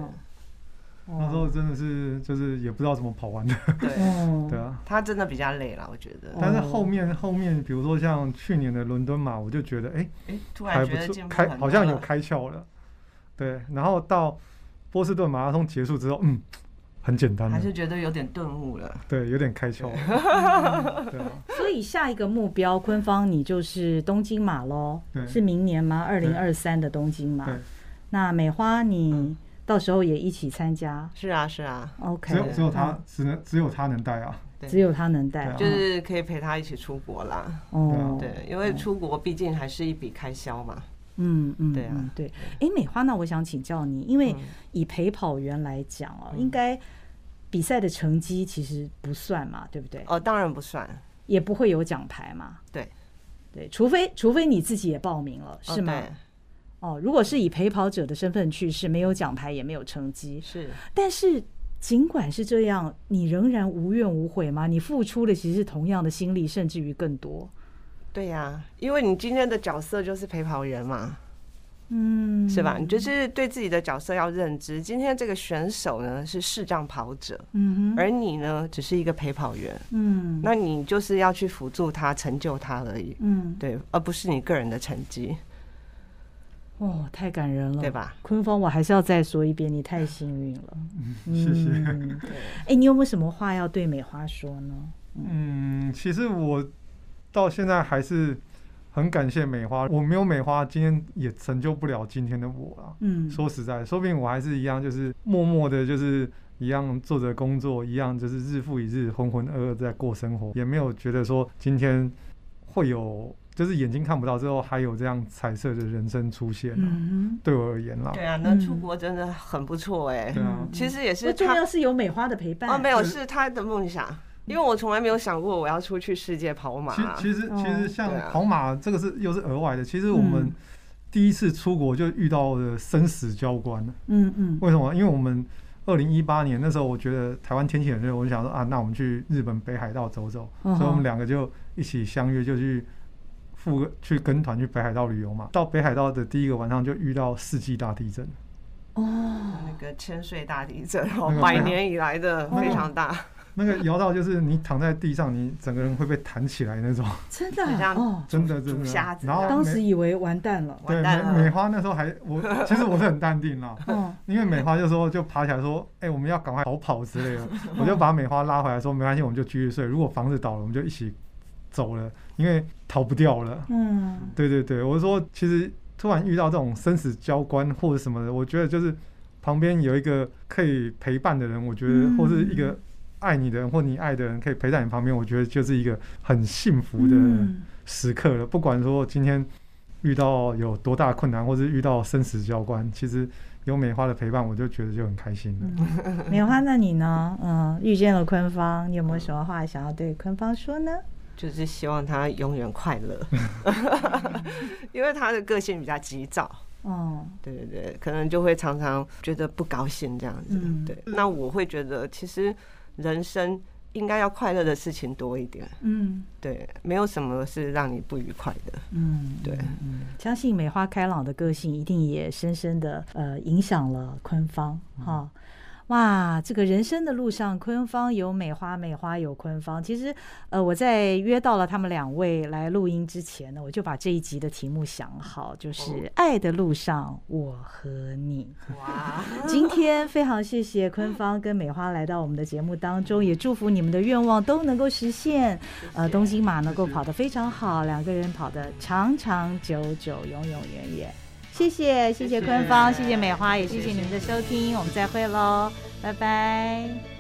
A: 嗯，
B: 那时候真的是就是也不知道怎么跑完的，
C: 对。
A: 哦，
B: 对啊。
C: 他真的比较累了，我觉得。
A: 哦
B: 但是后面后面，比如说像去年的伦敦马，我就觉得哎、
C: 哎，突
B: 还不错，开好像有开窍了，对。然后到波士顿马拉松结束之后，嗯，很简单
C: 还是
B: 了，
C: 觉得有点顿悟了。
B: 对，有点开窍了，嗯 对啊，
A: 所以下一个目标，昆方你就是东京马喽，
B: 对
A: 是明年吗？二零二三的东京
B: 对嗯
A: 马，。那美花你到时候也一起参加
C: 是啊，是啊，
A: ，OK？
B: 只有只有他
A: 嗯，
B: 只能只有他能带啊，
C: 对
A: 只有他能带
B: 对啊，
C: 就是可以陪他一起出国啦。
A: 哦，
C: 对，因
B: 嗯
C: 为出国毕竟还是一笔开销嘛。
A: 嗯嗯，
C: 对啊
A: 嗯对。哎，美花，那我想请教你，因为
C: 嗯
A: 以陪跑员来讲哦，
C: 嗯
A: 应该比赛的成绩其实不算嘛，对不对？
C: 哦，当然不算。
A: 也不会有奖牌嘛。
C: 对
A: 对，除非除非你自己也报名了，
C: 哦
A: 是吗？
C: 对
A: 哦，如果是以陪跑者的身份去，是没有奖牌也没有成绩，
C: 是。
A: 但是。尽管是这样，你仍然无怨无悔吗？你付出的其实是同样的心力，甚至于更多。
C: 对呀、因为你今天的角色就是陪跑员嘛，
A: 嗯，
C: 是吧？你就是对自己的角色要认知。今天这个选手呢是视障跑者，
A: 嗯哼，
C: 而你呢只是一个陪跑员，
A: 嗯
C: 那你就是要去辅助他、成就他而已。
A: 嗯，
C: 对，而不是你个人的成绩，
A: 哦，太感人了，
C: 对吧？
A: 坤峰，我还是要再说一遍，你太幸运了。
B: 谢谢。
A: 嗯哎、你有没有什么话要对美花说呢？
B: 嗯，其实我到现在还是很感谢美花，我没有美花，今天也成就不了今天的我啊。
A: 嗯，
B: 说实在，说不定我还是一样，就是默默的，就是一样做着工作，一样就是日复一日浑浑噩噩在过生活，也没有觉得说今天会有，就是眼睛看不到之后还有这样彩色的人生出现、啊。
A: 嗯
B: 对我而言啦，
C: 对啊，那出
A: 嗯
C: 国真的很不错哎、
B: 对啊
A: 嗯，
C: 其实也
A: 哼，最
C: 是
A: 重
C: 他
A: 要哦嗯是有美花的陪伴。
C: 啊，没有是他的梦想，因为我从来没有想过我要出去世界跑马
B: 其。其实其
A: 哦
B: 实像
C: 对啊
B: 跑马这个是又是额外的，其实我们
A: 嗯
B: 第一次出国就遇到了生死交关了。
A: 嗯嗯
B: 为什么？因为我们二零一八年那时候，我觉得台湾天气很热，我就想说啊，那我们去日本北海道走走，
A: 嗯哼
B: 所以我们两个就一起相约，就去赴去跟团去北海道旅游嘛。到北海道的第一个晚上就遇到世纪大地震，
A: 哦，
C: 那个千岁大地震哦
A: 嗯
B: 那个，
C: 百
B: 非常
C: 年以来的
A: 哦
C: 非常大，
B: 那个摇到就是你躺在地上，你整个人会被弹起来 那种，
A: 真的
C: 好
A: 啊
C: 像
A: 哦，
B: 真的
C: 煮
B: 真的
C: 虾。子
B: 然后
C: 啊
A: 当
B: 美
A: 时以为完蛋了。
C: 完
B: 对
C: 蛋
B: 美美
C: 了。
B: 花那时候还我其实我是很淡定啦，
A: 哦，
B: 因为美花就说就爬起来说，哎、我们要赶快逃跑之 类的，我就把美花拉回来说，没关系，我们就继续睡。如果房子倒了，我们就一起走了，因为逃不掉了。
A: 嗯
B: 对对对，我说其实突然遇到这种生死交关或者什么的，我觉得就是旁边有一个可以陪伴的人，我觉得
A: 嗯
B: 或是一个爱你的人或你爱的人可以陪在你旁边，我觉得就是一个很幸福的
A: 嗯
B: 时刻了。不管说今天遇到有多大困难，或是遇到生死交关，其实有美花的陪伴，我就觉得就很开心了。
A: 梅花，那你 呢？嗯，遇见了坤芳，你有没有什么话想要对坤芳说呢？
C: 就是希望他永远快乐，因为他的个性比较急躁，
A: 哦，
C: 对对对，可能就会常常觉得不高兴这样子。
A: 嗯
C: 对，那我会觉得其实人生应该要快乐的事情多一点，
A: 嗯
C: 对，没有什么是让你不愉快的。
A: 嗯，
C: 对，
A: 相信梅花开朗的个性一定也深深的呃影响了坤芳
C: 嗯
A: 哈。哇，这个人生的路上，坤芳有美花，美花有坤芳。其实，呃，我在约到了他们两位来录音之前呢，我就把这一集的题目想好，就是
C: 哦
A: 《爱的路上，我和你》。
C: 哇，
A: 今天非常谢谢坤芳跟美花来到我们的节目当中，也祝福你们的愿望都能够实现。呃，东京马能够跑得非常好，两个人跑得长长久久，永永远远。谢谢，谢谢坤芳，谢谢美花，也谢谢你们的收听，我们再会喽，拜拜。